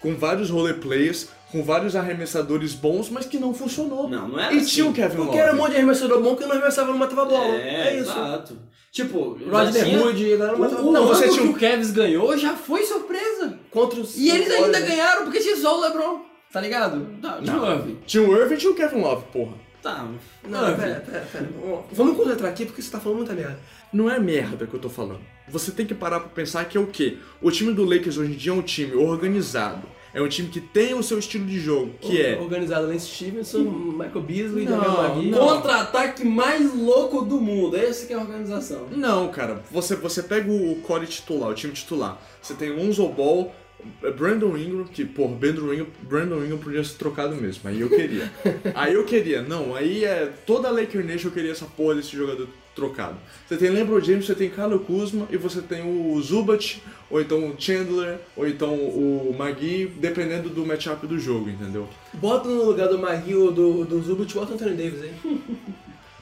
A: com vários roleplayers, com vários arremessadores bons, mas que não funcionou.
B: Não, não era
A: E
B: assim.
A: tinha o Kevin
D: Porque
A: Love.
D: era um monte de arremessador bom que não arremessava, não matava a bola.
B: É,
D: É, isso.
B: Exato. Tipo, já
D: Roger
B: tinha-
D: Hood, a galera não matava a
B: O, o
D: bola.
A: Não, você
B: ano
A: tinha
B: que
A: um-
B: o Kevs ganhou já foi surpresa.
D: Contra os
B: E eles ainda
D: Warriors, né?
B: ganharam porque tinha só o LeBron. Tá ligado? Tá, de novo.
A: Tinha o Irving e tinha o Kevin Love, porra.
B: Tá.
D: Não, pera, pera, pera. Vamos- Vamos concentrar aqui porque você tá falando muita merda.
A: Não é merda que eu tô falando. Você tem que parar pra pensar que é o quê? O time do Lakers hoje em dia é um time organizado. É um time que tem o seu estilo de jogo, que é.
D: Organizado Lance Stevenson, Michael Beasley,
A: Não,
D: Jamal McGee.
A: não.
B: Contra-ataque mais louco do mundo. Esse que é a organização.
A: Não, cara, você, você pega o core titular, o time titular. Você tem Lonzo Ball, É Brandon Ingram, que, pô, Brandon Ingram, Brandon Ingram podia ser trocado mesmo. Aí eu
B: *laughs*
A: queria. aí eu queria. Não, aí é. Toda a Laker Nation eu queria essa porra desse jogador trocado. Você tem LeBron James, você tem Carlos Kuzma e você tem o Zubat, ou então o Chandler, ou então o Magui, dependendo do matchup do jogo, entendeu?
D: Bota no lugar do Magui ou do, do Zubat, bota o Anthony Davis aí.
B: Hum.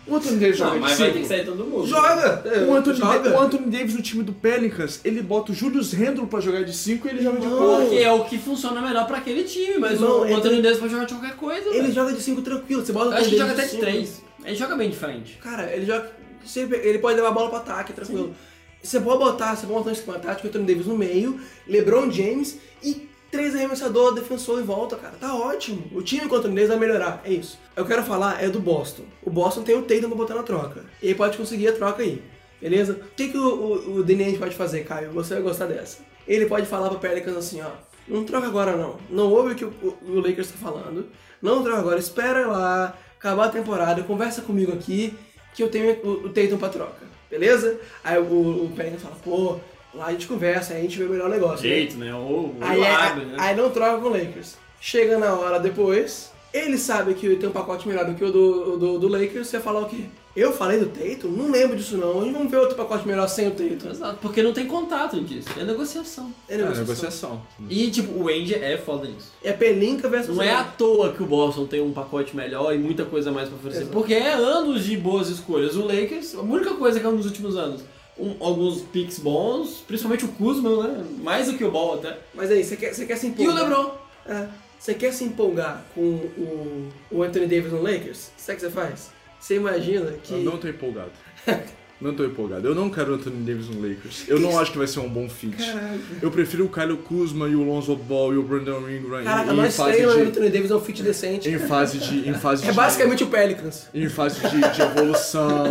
A: O Anthony Davis joga
B: Não,
A: de
B: mas vai ter
A: cinco.
B: que sair todo mundo.
D: Joga!
A: O Um Anthony,
D: É, joga.
A: Da- o Anthony Davis no time do Pelicans, ele bota o Julius Randle pra jogar de 5 e ele joga de
D: Não.
A: 4.
B: Porque é o que funciona melhor pra aquele time, mas
D: Não,
B: o
D: ele-
B: Anthony Davis pode jogar de qualquer coisa.
D: Ele
B: velho.
D: joga assim, né? de 5 tranquilo, você bota o
B: Eu acho que
D: Anthony
B: joga até
D: Davis
B: de
D: cinco.
B: 3. Ele joga bem de frente.
D: Cara, ele joga. se Ele, ele pode levar a bola pro ataque, tranquilo. Você pode botar, você pode botar um esquema tático, Anthony Davis no meio, LeBron James e três arremessadores, defensor em volta, cara. Tá ótimo. O time com o Anthony Davis vai melhorar. É isso. Eu quero falar é do Boston. O Boston tem o Tatum pra botar na troca. E ele pode conseguir a troca aí. Beleza? O que, que o, o, o Denian pode fazer, Caio? Você vai gostar dessa. Ele pode falar pro Pelicans assim, ó. Não troca agora, não. Não ouve o que o, o- o Lakers tá falando. Não troca agora. Espera lá. Acabar a temporada. Conversa comigo aqui que eu tenho o, o Tatum pra troca, beleza? Aí o, o Pelicans fala, pô, lá a gente conversa, aí a gente vê o melhor negócio.
B: Jeito, né? Ou, ou
D: Aí, é-
B: abre, né?
D: aí não troca com o Lakers. Chega na hora depois, ele sabe que tem um pacote melhor do que o do, do, do Lakers, você fala o quê? Eu falei do Tatum? Não lembro disso não, a gente vamos ver outro pacote melhor sem o Tatum.
B: Exato, porque não tem contato disso. É negociação.
D: É
A: É,
D: negociação.
A: negociação.
B: E, tipo, o Andy é foda nisso.
D: É pelinca versus...
B: Não é à toa que o Boston tem um pacote melhor e muita coisa mais pra oferecer.
D: Exato.
B: Porque é anos de boas escolhas. O Lakers, a única coisa que é nos últimos anos, um- alguns picks bons, principalmente o Kuzma, né? Mais do que o Ball até.
D: Mas aí, você quer, você quer se
B: E o
D: empolgar?
B: LeBron.
D: É. Você quer se empolgar com o, o Anthony Davis no Lakers? Sabe o que você faz? Você imagina que...
A: Eu não tô
D: *laughs*
A: empolgado. Não tô empolgado. Eu não quero o Anthony Davis no Lakers. Eu não acho que vai ser um bom fit. Eu prefiro o Kyle Kuzma e o Lonzo Ball e o Brandon Ingram em-
D: Caraca,
A: em,
D: nós
A: fase
D: três, o
A: de,
D: Anthony Davis é um fit decente.
A: em fase de. Em fase
D: É
A: de-
D: basicamente o Pelicans.
A: Em fase de, de evolução.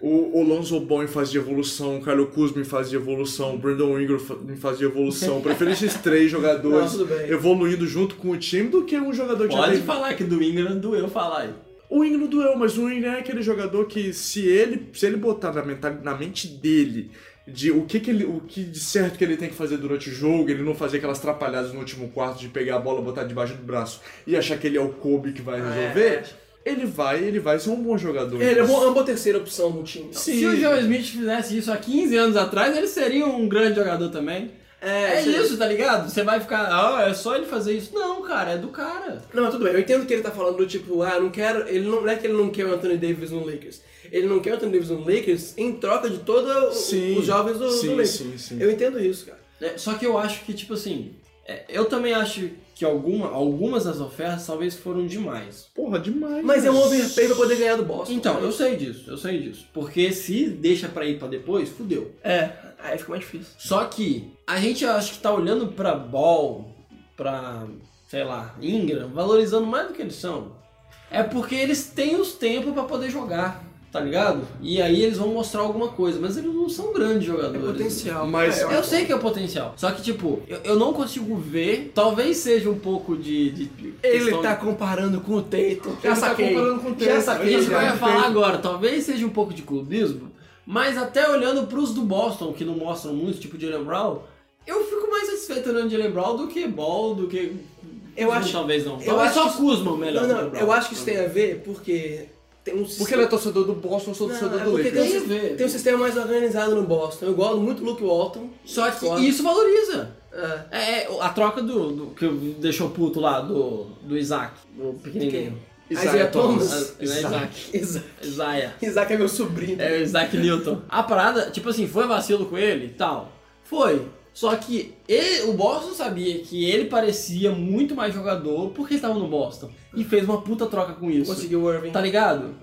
A: O, o Lonzo Ball em fase de evolução, o Kyle Kuzma em fase de evolução, o Brandon Ingram fa- em fase de evolução. Eu prefiro esses três
D: Não,
A: jogadores
D: tudo bem.
A: evoluindo junto com o time do que um jogador que já
B: Pode
A: teve
B: falar que do Ingram doeu falar aí.
A: O Ingram doeu, mas o Ingram é aquele jogador que se ele, se ele botar na, mental, na mente dele de o que, que ele, o que de certo que ele tem que fazer durante o jogo, ele não fazer aquelas atrapalhadas no último quarto de pegar a bola, botar debaixo do braço e achar que ele é o Kobe que vai resolver, ele vai, ele vai ser um bom jogador.
D: Ah, Ele é uma boa terceira opção no time.
A: Sim.
B: Se o Joe Smith fizesse isso há 15 anos atrás, ele seria um grande jogador também. É,
D: seria-
B: isso, tá ligado? Você vai ficar, ah, é só ele fazer isso. Não, cara, é do cara.
D: Não, mas tudo bem. Eu entendo que ele tá falando do tipo, ah, não quero. Ele não, não é que ele não quer o Anthony Davis no Lakers. Ele não quer o Anthony Davis no Lakers em troca de todos
A: Sim.
D: os jovens do, do
A: Sim,
D: Lakers.
A: sim, sim.
D: Eu entendo isso, cara.
B: É, só que eu acho que, tipo assim, é, eu também acho que alguma, algumas das ofertas talvez foram demais.
A: Porra, demais.
D: Mas é um
A: mano.
D: overpay pra poder ganhar do Boston.
B: Então,
D: né?
B: eu sei disso, eu sei disso. Porque se deixa pra ir pra depois, fudeu.
D: É, aí fica mais difícil.
B: Só que a gente acho que tá olhando pra Ball, pra, sei lá, Ingram, valorizando mais do que eles são. É porque eles têm os tempos pra poder jogar, tá ligado? E aí eles vão mostrar alguma coisa, mas eles não são grandes
D: É
B: jogadores.
D: potencial.
A: Mas-
D: é,
B: Eu sei que é o potencial, só que tipo, eu, eu não consigo ver, talvez seja um pouco de... de
D: Ele
B: questão
D: tá comparando com o Tatum. Já
A: tá
D: saquei.
A: comparando com o
D: Já
A: Tatum.
D: saquei.
B: Isso que eu
D: já.
B: ia falar agora, talvez seja um pouco de clubismo, mas até olhando pros do Boston, que não mostram muito, tipo de Brown, eu fico mais satisfeito olhando de Brown do que Ball, do que.
D: Eu
B: Não,
D: acho-
B: Talvez não.
D: eu
B: Talvez
D: acho
B: só
D: que-
B: Kuzma é o
A: é
B: melhor. do
D: Não, não,
B: que
D: eu
B: Brown.
D: acho que isso tem a ver porque tem um sistema.
A: Porque ele é torcedor do Boston, eu sou torcedor
D: é
A: do
D: porque
A: Lakers.
B: Tem a
D: tem, um sis-
B: ver.
D: tem um sistema mais organizado no Boston. Eu gosto muito do Luke Walton.
B: Só que
D: Concordo.
B: isso valoriza.
D: É.
B: É, é, a troca do, do- que deixou puto lá do, do Isaac, do pequenininho.
D: Isaiah Thomas.
B: Ah, não é Isaac.
D: Isaac.
B: Isaiah.
D: Isaac é meu sobrinho.
B: É o Isaac Newton. A parada, tipo assim, foi vacilo com ele e tal? Foi. Só que ele- o Boston sabia que ele parecia muito mais jogador porque ele tava no Boston. E fez uma puta troca com isso.
D: Conseguiu Uhum. o Irving.
B: Tá ligado?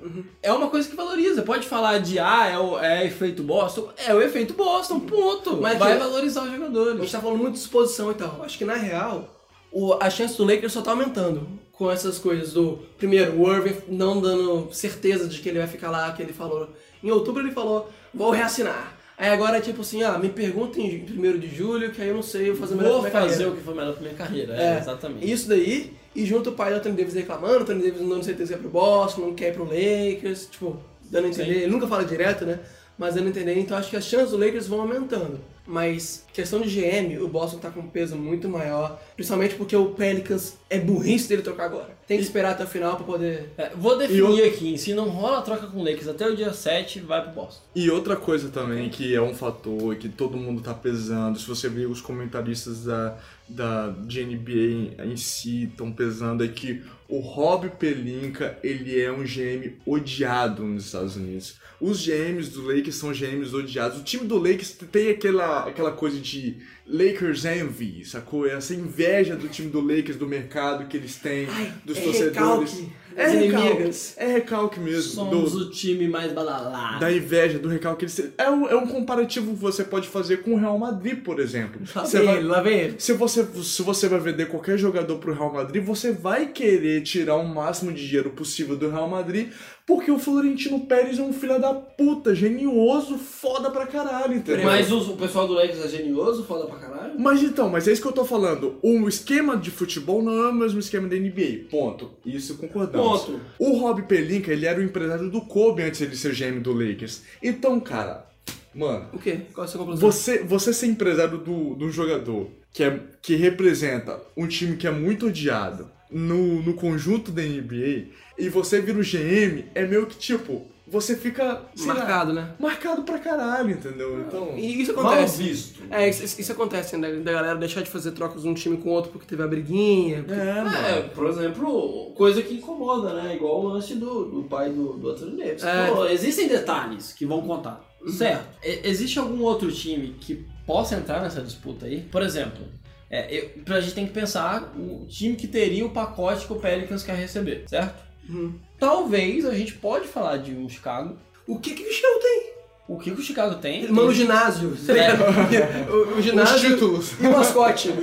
B: É uma coisa que valoriza. Pode falar de, ah, é, o, é efeito Boston. É o efeito Boston, ponto.
D: Mas é
B: Vai
D: que-
B: valorizar os
D: A gente
B: jogadores.
D: tá falando muito de exposição e tal. Acho que na real, o- a chance do Lakers só tá aumentando com essas coisas do primeiro, o Irving não dando certeza de que ele vai ficar lá, que ele falou. Em outubro ele falou, vou reassinar. Aí agora é tipo assim, ah, me pergunta em primeiro de julho, que aí eu não sei, eu vou fazer
B: Vou
D: melhor pra minha
B: fazer
D: carreira.
B: o que foi melhor pra minha carreira.
D: É,
B: É, exatamente.
D: Isso daí, e junto o pai do Anthony Davis reclamando, o Anthony Davis não dando certeza que é pro Boston, não quer ir pro Lakers, tipo, dando a entender, ele nunca fala direto, né? Mas dando a entender, então acho que as chances do Lakers vão aumentando. Mas, questão de GM, o Boston tá com um peso muito maior. Principalmente porque o Pelicans é burrice dele trocar agora. Tem que esperar até o final pra poder.
B: É, vou definir aqui, se não rola a troca com o Lakers até o dia 7, vai pro Boston.
A: E outra coisa também que é um fator que todo mundo tá pesando, se você vê os comentaristas da, da, de NBA em, em si estão pesando, é que o Rob Pelinka, ele é um GM odiado nos Estados Unidos. Os GMs do Lakers são GMs odiados. O time do Lakers tem aquela, aquela coisa de Lakers envy, sacou? É Essa inveja do time do Lakers, do mercado que eles têm, dos
D: é
A: torcedores.
D: recalque
A: é
D: das
A: recalque,
D: inimigas.
A: é recalque mesmo.
B: Somos
A: do-
B: o time mais badalado.
A: da inveja, do recalque. Ele- É um, é um comparativo que você pode fazer com o Real Madrid, por exemplo.
B: Tá
D: Lá
A: Você
D: vem
A: vai-
D: ele, Tá lá vem ele.
A: se você, se você vai vender qualquer jogador pro Real Madrid, você vai querer tirar o máximo de dinheiro possível do Real Madrid, porque o Florentino Pérez é um filho da puta, genioso, foda pra caralho, entendeu?
B: Mas os- o pessoal do Lakers é genioso, foda pra caralho.
A: Mas então, mas é isso que eu tô falando. O esquema de futebol não é o mesmo esquema da NBA. Ponto. Isso concordamos.
B: Ponto.
A: O Rob Pelinka, ele era o empresário do Kobe antes de ele ser GM do Lakers. Então, cara, mano,
D: O quê? Qual é a sua conclusão?
A: você, você ser empresário do, do jogador que, é, que representa um time que é muito odiado no, no conjunto da NBA e você vira o GM, é meio que tipo, você fica sei lá,
D: Marcado, né?
A: marcado pra caralho, entendeu? Então,
D: E isso
B: Mal
D: acontece.
B: visto.
D: É, isso, isso- isso acontece, né? Da galera deixar de fazer trocas um time com outro porque teve a briguinha. porque-
A: é, mano.
B: É, por exemplo, coisa que incomoda, né? Igual o lance do, do pai do, do Anthony Davis.
D: É. Uhum.
B: Pô, existem detalhes que vão contar. Certo. E- existe algum outro time que possa entrar nessa disputa aí? Por exemplo, é, eu, pra gente tem que pensar o time que teria o pacote que o Pelicans quer receber, certo?
D: Uhum.
B: Talvez a gente pode falar de um Chicago.
D: O que que o Chão tem?
B: O que, que o Chicago tem?
D: Ele manda o ginásio.
B: É.
D: o, o ginásio
A: títulos.
D: e o mascote.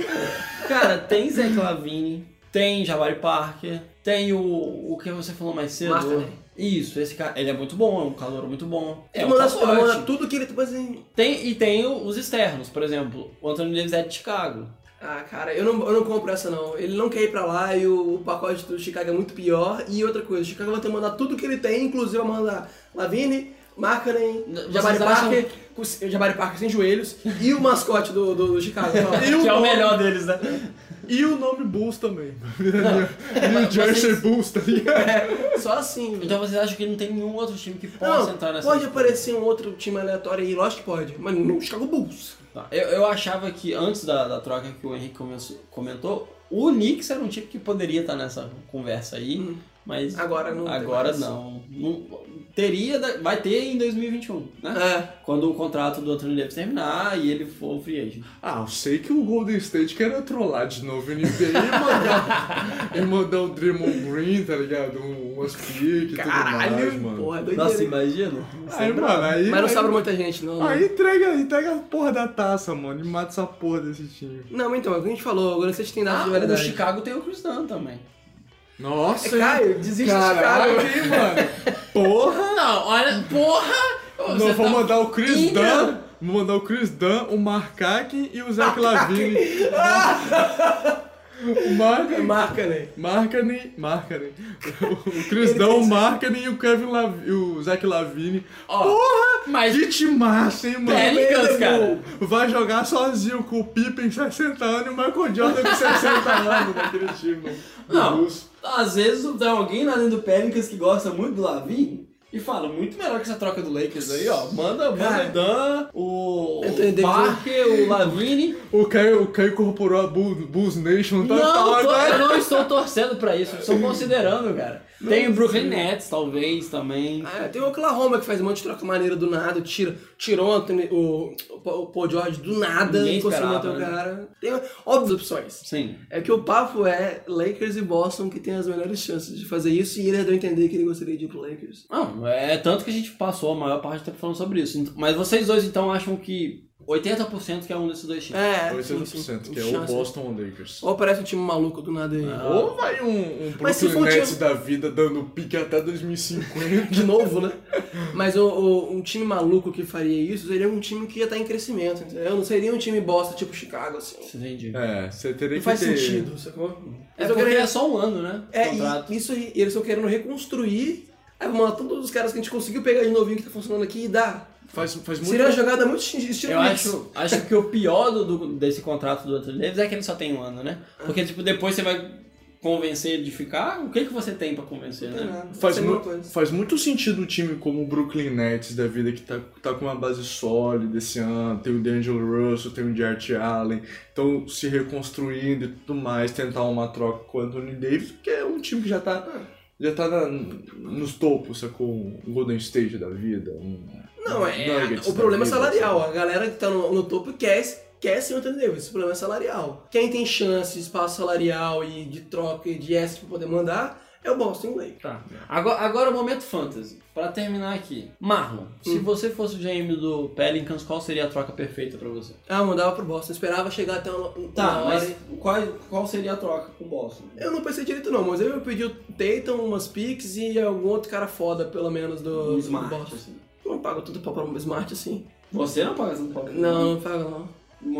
B: Cara, tem Zé Clavini, tem Jabari Parker, tem o, o que você falou mais cedo.
D: Markkanen.
B: Isso, esse cara, ele é muito bom, é um calor muito bom. É
D: Ele
B: um
D: manda,
B: pacote.
D: manda tudo que ele. tipo assim, Mas, hein?
B: Tem, e tem o- os externos, por exemplo, o Anthony Davis é de Chicago.
D: Ah, cara, eu não, eu não compro essa não. Ele não quer ir pra lá e o, o pacote do Chicago é muito pior. E outra coisa, o Chicago vai ter que mandar tudo que ele tem, inclusive vai mandar Lavine, Markkanen,
B: Vocês
D: Jabari
B: acham-
D: Parker, com- Jabari Parker sem joelhos e o mascote do, do,
B: *laughs*
D: do Chicago.
A: E o,
B: que é o
A: nome,
B: melhor deles, né?
A: e o nome Bulls também. *laughs* New Jersey Bulls, tá ligado?
D: É. Só assim.
B: Então vocês acham que não tem nenhum outro time que possa
D: Não,
B: entrar nessa
D: pode
B: disputa?
D: aparecer um outro time aleatório aí, lógico que pode, mas não Chicago Bulls.
B: Tá, Eu, eu achava que antes da, da troca que o Henrique começou- comentou, o Knicks era um time que poderia estar nessa conversa aí, mas
D: Agora não tem
B: agora
D: mais.
B: não. Não- Teria, da- vai ter em 2021, né?
D: É.
B: Quando o contrato do Anthony Davis terminar e ele for free agent.
A: Ah, eu sei que o Golden State quer trollar de novo o NBA e mandar, e mandar o Draymond Green, tá ligado? Um- Umas piques e tudo mais,
D: Caralho,
A: mano.
D: porra, doideira. é
B: Nossa, imagina.
A: Aí, mano, aí.
D: mas não
A: aí-
D: sobra muita gente, não. não.
A: Aí entrega, entrega a porra da taça, mano, e mata essa porra desse time.
D: Não, mas então, é o que a gente falou, agora vocês têm dados
B: Ah,
D: de
B: o
D: verdade.
B: Chicago tem o Chris Dunn também.
A: Nossa,
D: É, Caio, desiste
A: Caralho,
D: de Chicago.
A: hein, mano. Porra!
B: Não, olha, porra! tá-
A: Não, vou mandar o Chris
B: Ingram.
A: Dunn, vou mandar o Chris Dunn, o Marcaque e o Zach
B: *laughs*
A: Lavine. o Marca,
D: Marca, né?
A: Marcanen, Marcanen. O Chris Dunn, o Marcanen e o Kevin Lav- e o Zach Lavine. Porra!
B: mas-
A: Que timaço, hein, mano?
B: Pelicans, É cara.
A: Vai jogar sozinho com o Pippen 60 anos e o Michael Jordan com
B: *laughs*
A: 60 anos naquele time, mano.
B: Não,
A: Bulls.
B: às vezes tem alguém lá dentro do Pelicans que gosta muito do Lavin e fala, muito melhor que essa troca do Lakers aí, ó. Manda, manda o Dan, o
D: Anthony Davis,
B: Parker, o Lavine.
A: O Caio, o Caio incorporou a Bull- Bulls Nation
B: Não,
A: total
B: tô- eu
A: agora.
B: não estou torcendo pra isso, eu estou considerando, cara. Tem o Brooklyn Nets, talvez, também.
D: Ah, tem o Oklahoma que faz um monte de troca maneira do nada, tira, tirou o Anthony- o, o Paul George do nada,
B: Ninguém
D: conseguiu
B: esperava,
D: manter o
B: né?
D: cara. Tem óbvias opções.
B: Sim.
D: É que o papo é Lakers e Boston que tem as melhores chances de fazer isso e ele deu a entender que ele gostaria de ir pro Lakers.
B: Não, é tanto que a gente passou a maior parte do tempo falando sobre isso. Ent- Mas vocês dois, então, acham que 80% que é um desses dois times.
D: É, sim, sim.
A: 800%, que é o
D: Chance.
A: Boston ou Lakers.
D: Ou aparece um time maluco do nada aí.
A: Ou vai um, um
D: Ah. Mas se
A: Brooklyn
D: for um time-
A: Nets da vida dando pique até 2050.
D: De novo, né? Mas o, o- um time maluco que faria isso seria um time que ia estar em crescimento, entendeu? Não seria um time bosta tipo Chicago, assim.
B: Entendi.
A: É, você teria
D: Não
A: que
D: faz
A: ter...
D: sentido, sacou?
B: É,
D: Eles
B: porque
D: tão querendo-
B: é só um ano, né?
D: É,
B: Contrato.
D: e isso aí, eles estão querendo reconstruir. Aí vamos lá, todos os caras que a gente conseguiu pegar de novinho que tá funcionando aqui e dá.
A: Faz, faz muito
D: Seria uma jogada muito estilo
B: Eu
D: Knicks.
B: acho, acho que o pior do, do- desse contrato do Anthony Davis é que ele só tem um ano, né?
D: Ah.
B: Porque, tipo, depois você vai convencer ele de ficar, o que, que você tem pra convencer,
D: Não tem
B: né?
D: É nada,
A: Faz,
D: sem
A: mu-
D: uma coisa.
A: faz muito sentido um time como o Brooklyn Nets da vida, que tá, tá com uma base sólida esse ano, tem o D'Angelo Russell, tem o Jarrett Allen, estão se reconstruindo e tudo mais, tentar uma troca com o Anthony Davis, que é um time que já tá,
D: É.
A: já tá na- nos topos, sacou? Um Golden State da vida, um
D: Não, é.
A: Nuggets
D: o
A: da
D: problema é
A: vida,
B: assim.
D: salarial.
A: sabe?
D: A galera que tá no, no topo quer, esse- quer sim o Anthony Davis. O problema é salarial. Quem tem chance, de espaço salarial e de troca e de asset pra poder mandar é o Boston Lakers.
B: Tá. Agora, agora o momento fantasy. Pra terminar aqui. Marlon, se você fosse o GM do Pelicans, qual seria a troca perfeita pra você?
D: Ah, mandava pro Boston. Esperava chegar até uma, uma
B: Tá,
D: hora.
B: mas qual, qual seria a troca com o Boston?
D: Eu não pensei direito não, mas eu pedi o Tatum, umas picks e algum outro cara foda, pelo menos, do,
B: Um
D: do
B: smart,
D: Boston.
B: assim.
D: Não pago tudo pra um smart assim.
B: Você não paga essa troca.
D: Não, não pago não.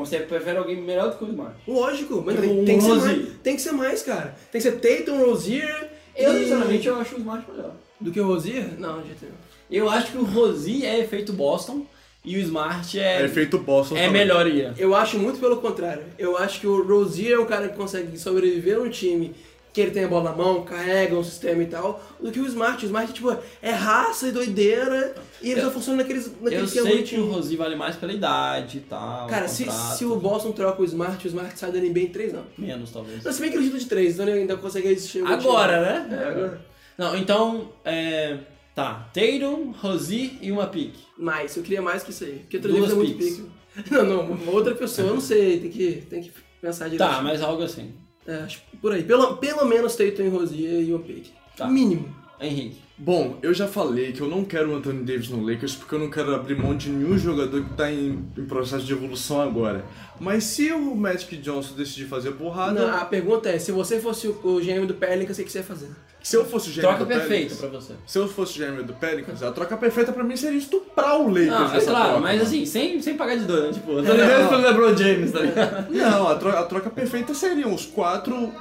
B: Você prefere alguém melhor do que o Smart.
D: Lógico, mas
B: Tipo,
D: tem, tem que ser
B: Rosier.
D: mais, tem que ser mais, cara. Tem que ser Tatum, Rosier.
B: Eu,
D: e-
B: sinceramente, eu acho o Smart melhor.
D: Do que o Rosier? Não, de jeito nenhum.
B: Eu acho que o Rosi é efeito Boston e o Smart
A: É
B: é,
A: efeito Boston
B: é
A: também.
B: melhoria.
D: Eu acho muito pelo contrário. Eu acho que o Rozier é um cara que consegue sobreviver num time que ele tem a bola na mão, carrega um sistema e tal, do que o Smart. O Smart, tipo, é raça e doideira, e ele só funciona naqueles, naquele
B: Eu
D: esquema
B: sei que
D: bonitinho.
B: o Rosi vale mais pela idade e tal.
D: Cara, se,
B: contrato,
D: se o Boston troca o Smart, o Smart sai da NBA em 3 anos.
B: Menos, talvez.
D: Mas se bem que ele chuta de 3, então ele ainda consegue existir.
B: Agora, né?
D: É, agora.
B: Não, então, é... Tá, Tatum, Rosi e uma pique.
D: Mais, eu queria mais que isso aí. Porque o
B: Duas
D: Duas é muito
B: picks.
D: pico. Não, não, uma outra pessoa, eu não sei, tem que, tem que pensar direito.
B: Tá, mas algo assim.
D: É, acho que por aí. Pelo, pelo menos Tatum e Rosier e o pick.
B: Tá.
D: Mínimo.
B: Henrique.
A: Bom, eu já falei que eu não quero o Anthony Davis no Lakers porque eu não quero abrir mão de nenhum jogador que tá em, em processo de evolução agora. Mas se o Magic Johnson decidir fazer
B: Tá.
A: porrada,
D: Não, a pergunta é, se você fosse o, o GM do Pelicans, o que você ia fazer?
A: se eu fosse o GM
B: Troca
A: do
B: perfeita
A: Pelicans,
B: pra você.
A: se eu fosse o GM do Pelicans, a troca perfeita pra mim seria estuprar o Lakers
B: Não, é
A: nessa
B: claro,
A: troca,
B: mas
A: mano.
B: assim, sem, sem pagar de doido, né? *laughs* Tipo, eu tô
D: É,
B: ligado
D: ó.
B: pelo LeBron James, tá ligado?
A: Não, a troca, a troca perfeita seriam os quatro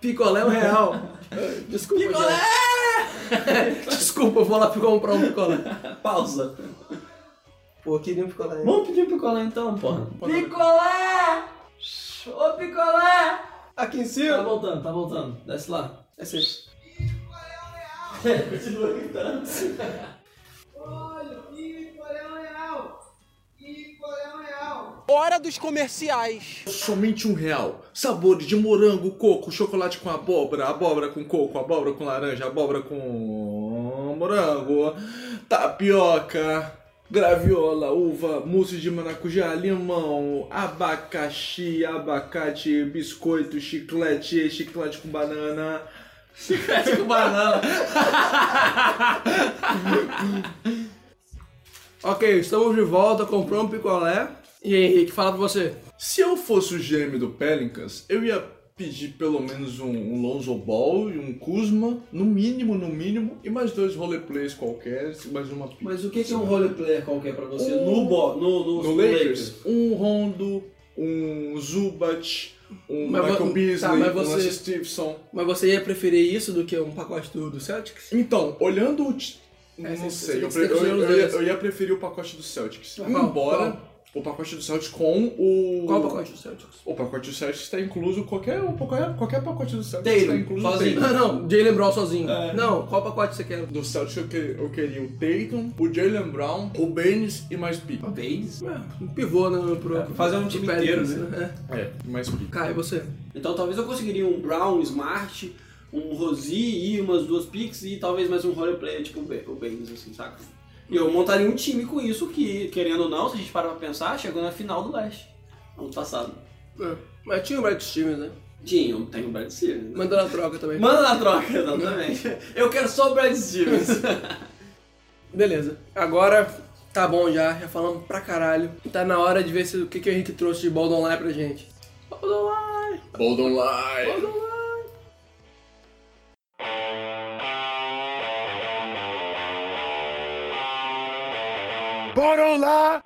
D: Picolé é
B: *laughs*
D: um real. Desculpa, picolé! *laughs* Desculpa, eu vou lá comprar um picolé.
B: *laughs* Pausa.
D: Pô, eu queria um picolé. hein?
B: Vamos pedir picolé então, porra.
C: Picolé! Ô picolé!
D: Aqui em
B: Tá
D: cima.
B: voltando, tá voltando. Desce lá.
D: É certo.
B: *laughs* Continua gritando.
C: Olha, picolé é um real! Picolé é um real!
A: somente um real. Sabores de morango, coco, chocolate com abóbora, abóbora com coco, abóbora com laranja, abóbora com morango, tapioca, graviola, uva, mousse de maracujá, limão, abacaxi, abacate, biscoito, chiclete, chiclete com banana.
B: Chiclete com banana.
D: Ok, estamos de volta, compramos um picolé. E aí, Henrique, fala pra você.
A: Se eu fosse o GM do Pelicans, eu ia pedir pelo menos um, um Lonzo Ball e um Kuzma, no mínimo, no mínimo, e mais dois roleplays qualquer, mais uma pica.
B: Mas o que que é um roleplayer qualquer pra você?
A: Um-
B: No, bo... no, no,
A: No Lakers, um Rondo, um Zubat, um
D: Mas vo-
A: Michael Beasley,
D: tá, mas
A: um
D: você-
A: Lance Stevenson.
D: Mas você ia preferir isso do que um pacote do, do Celtics?
A: Então, olhando o... ti-
D: É,
A: não
D: você- você
A: sei,
D: tem
A: eu,
D: que
A: pre-
D: ter que
A: eu- eu
D: escolher
A: ia,
D: os dois.
A: eu ia preferir o pacote do Celtics.
D: Qual-
A: Embora o pacote do Celtics com o...
D: Qual o pacote do Celtics?
A: O pacote do Celtics está incluso, qualquer, um, qualquer, qualquer pacote do Celtics
B: Tatum,
A: está incluso.
B: sozinho.
A: Tatum.
D: Não, Ah, não, Jalen Brown sozinho.
B: É.
D: Não, qual pacote você quer?
A: Do Celtics eu, que- eu queria o Tatum, o Jalen Brown, o Baines e mais pick.
B: Lakers.
D: É, Um pivô, né? Pro,
B: fazer um time inteiro,
D: né?
A: É, mais pick.
D: Cara, e você?
B: Então talvez eu conseguiria um Brown, um Smart, um Rosi e umas duas picks e talvez mais um roleplayer tipo o Ba- o Baines, assim, saca? E eu montaria um time com isso que, querendo ou não, se a gente parar pra pensar, chegou na final do Leste. Ano passado.
D: É, Mas tinha o Brad Stevens, né?
B: Tinha, não tem o Brad Stevens. né?
D: Mandando a troca também.
B: Manda na troca, exatamente. *laughs* Eu quero só o Brad *laughs* Stevens.
D: Beleza. Agora tá bom já, já falamos pra caralho. Tá na hora de ver se, o que, que o Henrique trouxe de Bold Online pra gente. Bold Online!
A: Bold Online!
D: Bold Online!
E: Bora lá!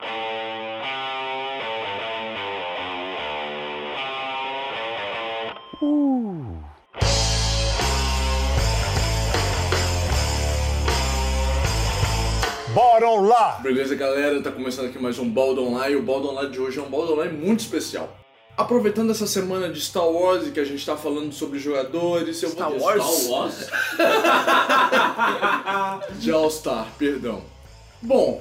E: Bottom Line.
A: Beleza, galera? Tá começando aqui mais um Baldo Online. O Baldo Online de hoje é um Baldo Online muito especial. Aproveitando essa semana de Star Wars, que a gente tá falando sobre jogadores, eu
D: Star
A: vou...
D: Wars?
A: Star
B: *laughs*
A: Wars? de All Star, perdão. Bom,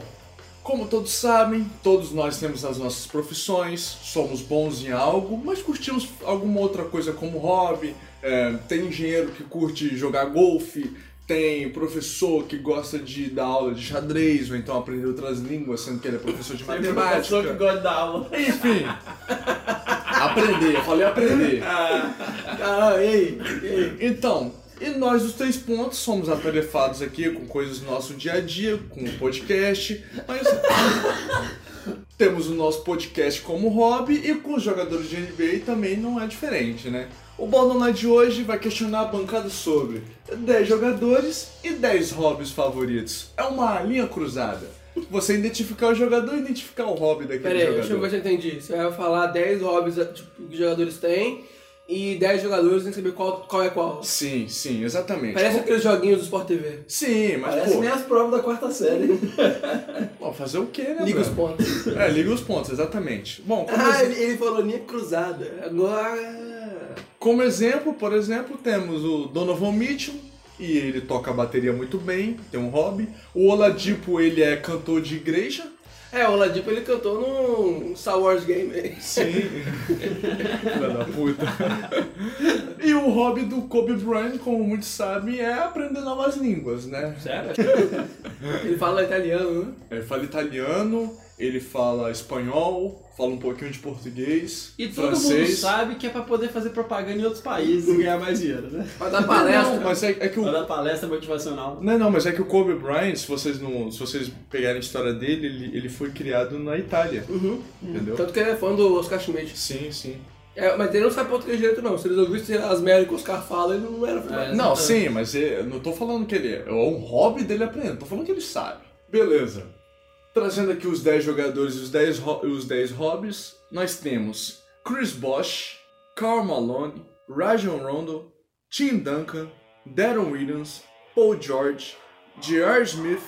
A: como todos sabem, todos nós temos as nossas profissões, somos bons em algo, mas curtimos alguma outra coisa como hobby. É, tem engenheiro que curte jogar golfe, tem professor que gosta de dar aula de xadrez ou então aprender outras línguas, sendo que ele é professor de matemática.
D: que gosta da aula.
A: Enfim, aprender, eu falei aprender.
D: Ah, ei, ei.
A: Então, e nós os três pontos somos atarefados aqui com coisas do nosso dia a dia, com o podcast, mas *coughs* temos o nosso podcast como hobby e com os jogadores de NBA também não é diferente, né? O Baldona de hoje vai questionar a bancada sobre 10 jogadores e 10 hobbies favoritos. É uma linha cruzada. Você identificar o jogador e identificar o hobby daquele
D: Pera aí,
A: jogador.
D: deixa eu ver se eu entendi. Você vai falar 10 hobbies tipo, que os jogadores têm e 10 jogadores tem que saber qual, qual é qual.
A: Sim, sim, exatamente.
D: Parece aqueles joguinhos do Sport TV.
A: Sim, mas
B: Parece
A: pô,
B: nem as provas da quarta série.
A: *laughs* bom, fazer o quê, né?
D: Liga os
A: velho?
D: pontos.
A: É, liga os pontos, exatamente. Bom, como,
D: *laughs* ah,
A: ex-
D: ele, ele falou linha cruzada. Agora.
A: como exemplo, por exemplo, temos o Donovan Mitchell, e ele toca a bateria muito bem, tem um hobby. O Oladipo, ele é cantor de igreja.
D: É, o Ladipo ele cantou num Star Wars game.
A: Sim. Filha da puta. E o hobby do Kobe Bryant, como muitos sabem, é aprender novas línguas, né?
B: Sério?
D: *laughs* Ele fala italiano, né?
A: Ele fala italiano, ele fala espanhol, fala um pouquinho de português,
B: E todo mundo
A: francês.
B: sabe que é pra poder fazer propaganda em outros países e ganhar mais dinheiro, né?
D: Pra dar palestra.
A: Não, mas é, é que o
B: Pra dar palestra motivacional.
A: Não, não, mas é que o Kobe Bryant, se vocês, não, se vocês pegarem a história dele, ele, ele foi criado na Itália,
D: Uhum.
A: entendeu?
D: Tanto que ele é fã do Oscar Schmidt.
A: Sim, sim.
D: É, mas ele não sabe português direito, não. Se eles ouvissem as merdas que o Oscar fala, ele não era
B: É.
D: fã.
A: Não, sim, mas eu não tô falando que ele é. É um hobby dele aprender, tô falando que ele sabe. Beleza. Trazendo aqui os 10 jogadores e os 10, ho- e os 10 hobbies, nós temos Chris Bosh, Karl Malone, Rajon Rondo, Tim Duncan, Darren Williams, Paul George, J.R. Smith,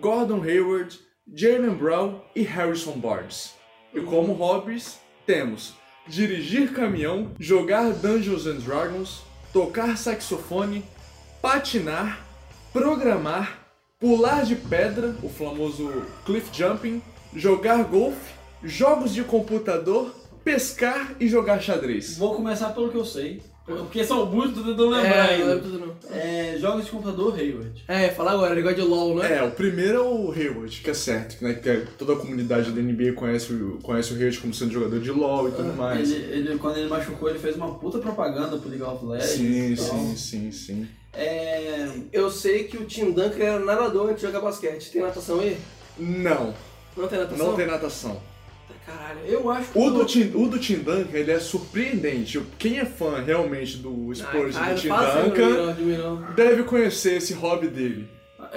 A: Gordon Hayward, Jalen Brown e Harrison Barnes. E como hobbies, temos dirigir caminhão, jogar Dungeons and Dragons, tocar saxofone, patinar, programar, pular de pedra, o famoso cliff jumping, jogar golfe, jogos de computador, pescar e jogar xadrez.
B: Vou começar pelo que eu sei. Porque são muitos, eu não lembro
D: É, não lembro
B: ainda.
D: tudo, não.
B: É, jogos de computador Hayward.
D: É, fala agora, ele gosta de LOL, né?
A: É, o primeiro é o Hayward, que é certo, né? Que é- toda a comunidade da NBA conhece o, conhece o Hayward como sendo jogador de LoL e tudo mais.
B: Ele, ele- quando ele machucou, ele fez uma puta propaganda pro League of Legends.
A: Sim,
B: e tal.
A: sim, sim, sim.
B: É,
D: Eu sei que o Tim Duncan era nadador antes de jogar basquete. Tem natação aí?
A: Não,
D: Não tem natação?
A: não tem natação.
D: Caralho, eu acho que.
A: O do, Tim, o do Tim Duncan, ele é surpreendente. Quem é fã realmente do Spurs e do Tim Duncan deve conhecer esse hobby dele.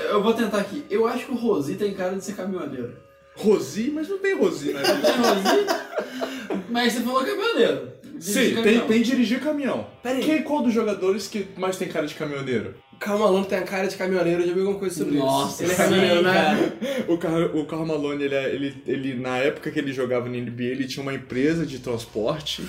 B: eu vou tentar aqui. Eu acho que o Rosi tem cara de ser caminhoneiro.
A: Rosi, mas não tem Rosi né?
D: *laughs*
A: na lista.
B: Tem Rosi? Mas você falou é caminhoneiro. Dirige
A: Sim, tem,
B: caminhão.
A: tem dirigir caminhão.
D: Pera aí.
A: Quem, qual dos jogadores que mais tem cara de caminhoneiro?
D: Calma, Malone tem a cara de caminhoneiro, eu já vi alguma coisa sobre
B: Nossa, sim,
D: isso. Ele é caminhoneiro, né?
B: cara.
A: O Car- o Carl Malone, ele, é- ele, ele, na época que ele jogava no NBA, ele tinha uma empresa de transporte.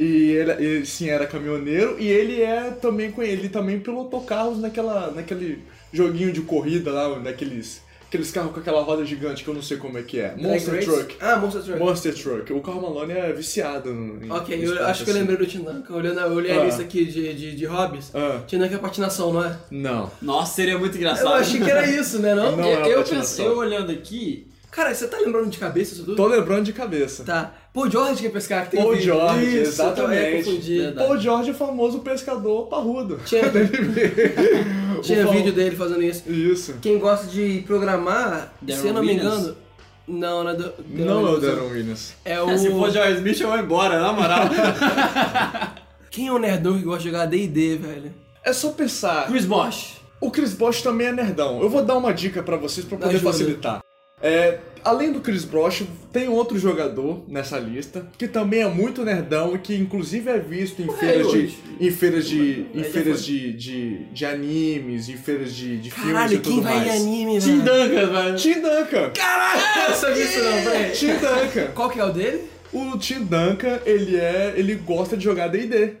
A: E ele, ele, sim, era caminhoneiro. E ele é também com ele também pilotou carros naquela, naquele joguinho de corrida lá, naqueles aqueles carros com aquela roda gigante que eu não sei como é que é. Monster
D: Drag Race?
A: Truck.
D: Ah, Monster Truck.
A: Monster Truck. O Carl Malone é viciado. no- em- em
D: Ok, eu
A: esporte,
D: acho que eu
A: assim.
D: lembrei do Tim Duncan. Olhando, eu olhei a
A: Ah.
D: lista aqui de, de, de hobbies.
A: Ah,
D: Tim Duncan é patinação, não é?
A: não.
B: Nossa, seria muito engraçado.
D: Eu achei que era isso, né?
A: *laughs*
D: Não?
A: Não. é
B: eu,
A: patinação.
B: pensei- eu olhando aqui,
D: Cara, você tá lembrando de cabeça isso tudo?
A: Tô lembrando de cabeça.
D: Tá. Pô, George que é pescar, que tem
A: Paul
D: vídeo.
A: George,
D: Isso, eu tava- eu
A: exatamente.
D: confundi.
B: Verdade.
A: Paul George é o famoso pescador
D: *laughs*
A: parrudo. *laughs*
D: Tinha, tinha
A: O fam-
D: vídeo dele fazendo isso.
A: Isso.
D: Quem gosta de programar,
B: Darren
D: se eu não me
B: Williams?
D: engano... Não, não é do...
A: Não é o Darren Williams.
D: *laughs* É o...
B: se for Joe Smith, eu vou embora, na moral.
D: Quem é o nerdão que gosta de jogar D&D, velho?
A: É só pensar.
B: Chris Bosch.
A: O Chris Bosch também é nerdão. Eu vou dar uma dica pra vocês pra poder
D: Ajuda.
A: facilitar. É, além do Chris Brosh, tem um outro jogador nessa lista que também é muito nerdão e que inclusive é visto em feiras de
D: hoje. é
A: em feiras de em
D: Aí já
A: feiras
D: foi.
A: de, de, de animes, em feiras de, de filmes e
D: Caralho,
A: tudo
D: quem vai
A: mais.
D: em anime,
B: *laughs* Tim
D: velho?
B: Duncan, velho.
A: Tim Duncan.
D: Caralho, eu não sabia isso não, velho.
A: Tim Duncan.
D: Qual que é o dele?
A: O Tim Duncan, ele é, ele gosta de jogar D&D.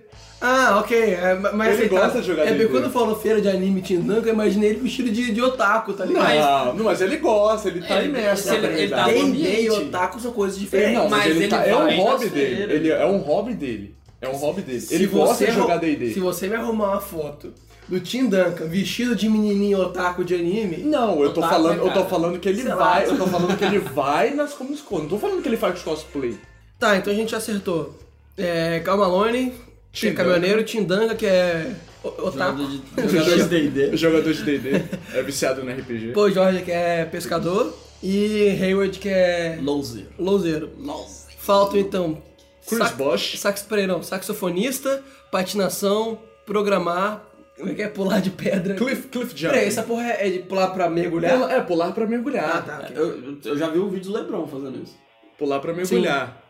D: Ah, ok. É, ma- mas
A: Ele
D: aceitável.
A: gosta de jogar
D: É porque
A: D&D.
D: quando falou feira de anime Tindanka, eu imaginei ele vestido de, de otaku, tá ligado?
A: Ah, Não, é não, mas ele gosta, ele tá
B: Ele-
A: imerso
B: ele-
A: na
B: ele
A: realidade.
B: tá no
D: D&D e
B: ambiente.
D: otaku são coisas
A: Ele,
D: diferentes.
A: não, mas
B: mas
A: ele,
B: ele
A: tá, é
B: vai
A: um
B: nas
A: hobby dele.
B: feiras.
A: Ele é um hobby dele. É um hobby dele.
D: Se
A: Ele gosta
D: você
A: de jogar
D: arru-
A: D&D.
D: Se você me arrumar uma foto do Tim Duncan vestido de menininho otaku de anime,
A: Não, eu tô
B: Otaku,
A: falando,
B: né,
A: eu tô
B: cara?
A: falando que ele
D: Sei lá.
A: vai, eu tô falando que ele vai nas Comic Con. Não tô falando que ele faz cosplay.
D: Tá, então a gente acertou. É, Calmalone, que é
A: Tindanga.
D: caminhoneiro, Tindanga, que é o- otaku.
B: Jogador
D: *laughs*
B: de- jogador de D&D.
A: Jogador de D&D, é viciado no RPG.
D: Pô Jorge, que é pescador. E Hayward, que é
B: Louzeiro.
D: louzeiro.
B: Louzeiro.
D: Faltam, então,
A: Chris Bosch.
D: sax, não, saxofonista, patinação, programar, como é que é? Pular de pedra.
A: Cliff, Cliff Jump.
D: Peraí, essa porra é de pular pra mergulhar?
A: Pula- é, pular pra mergulhar.
D: Ah, tá. ok.
B: Eu, eu já vi o vídeo do Lebron fazendo isso.
A: Pular pra mergulhar.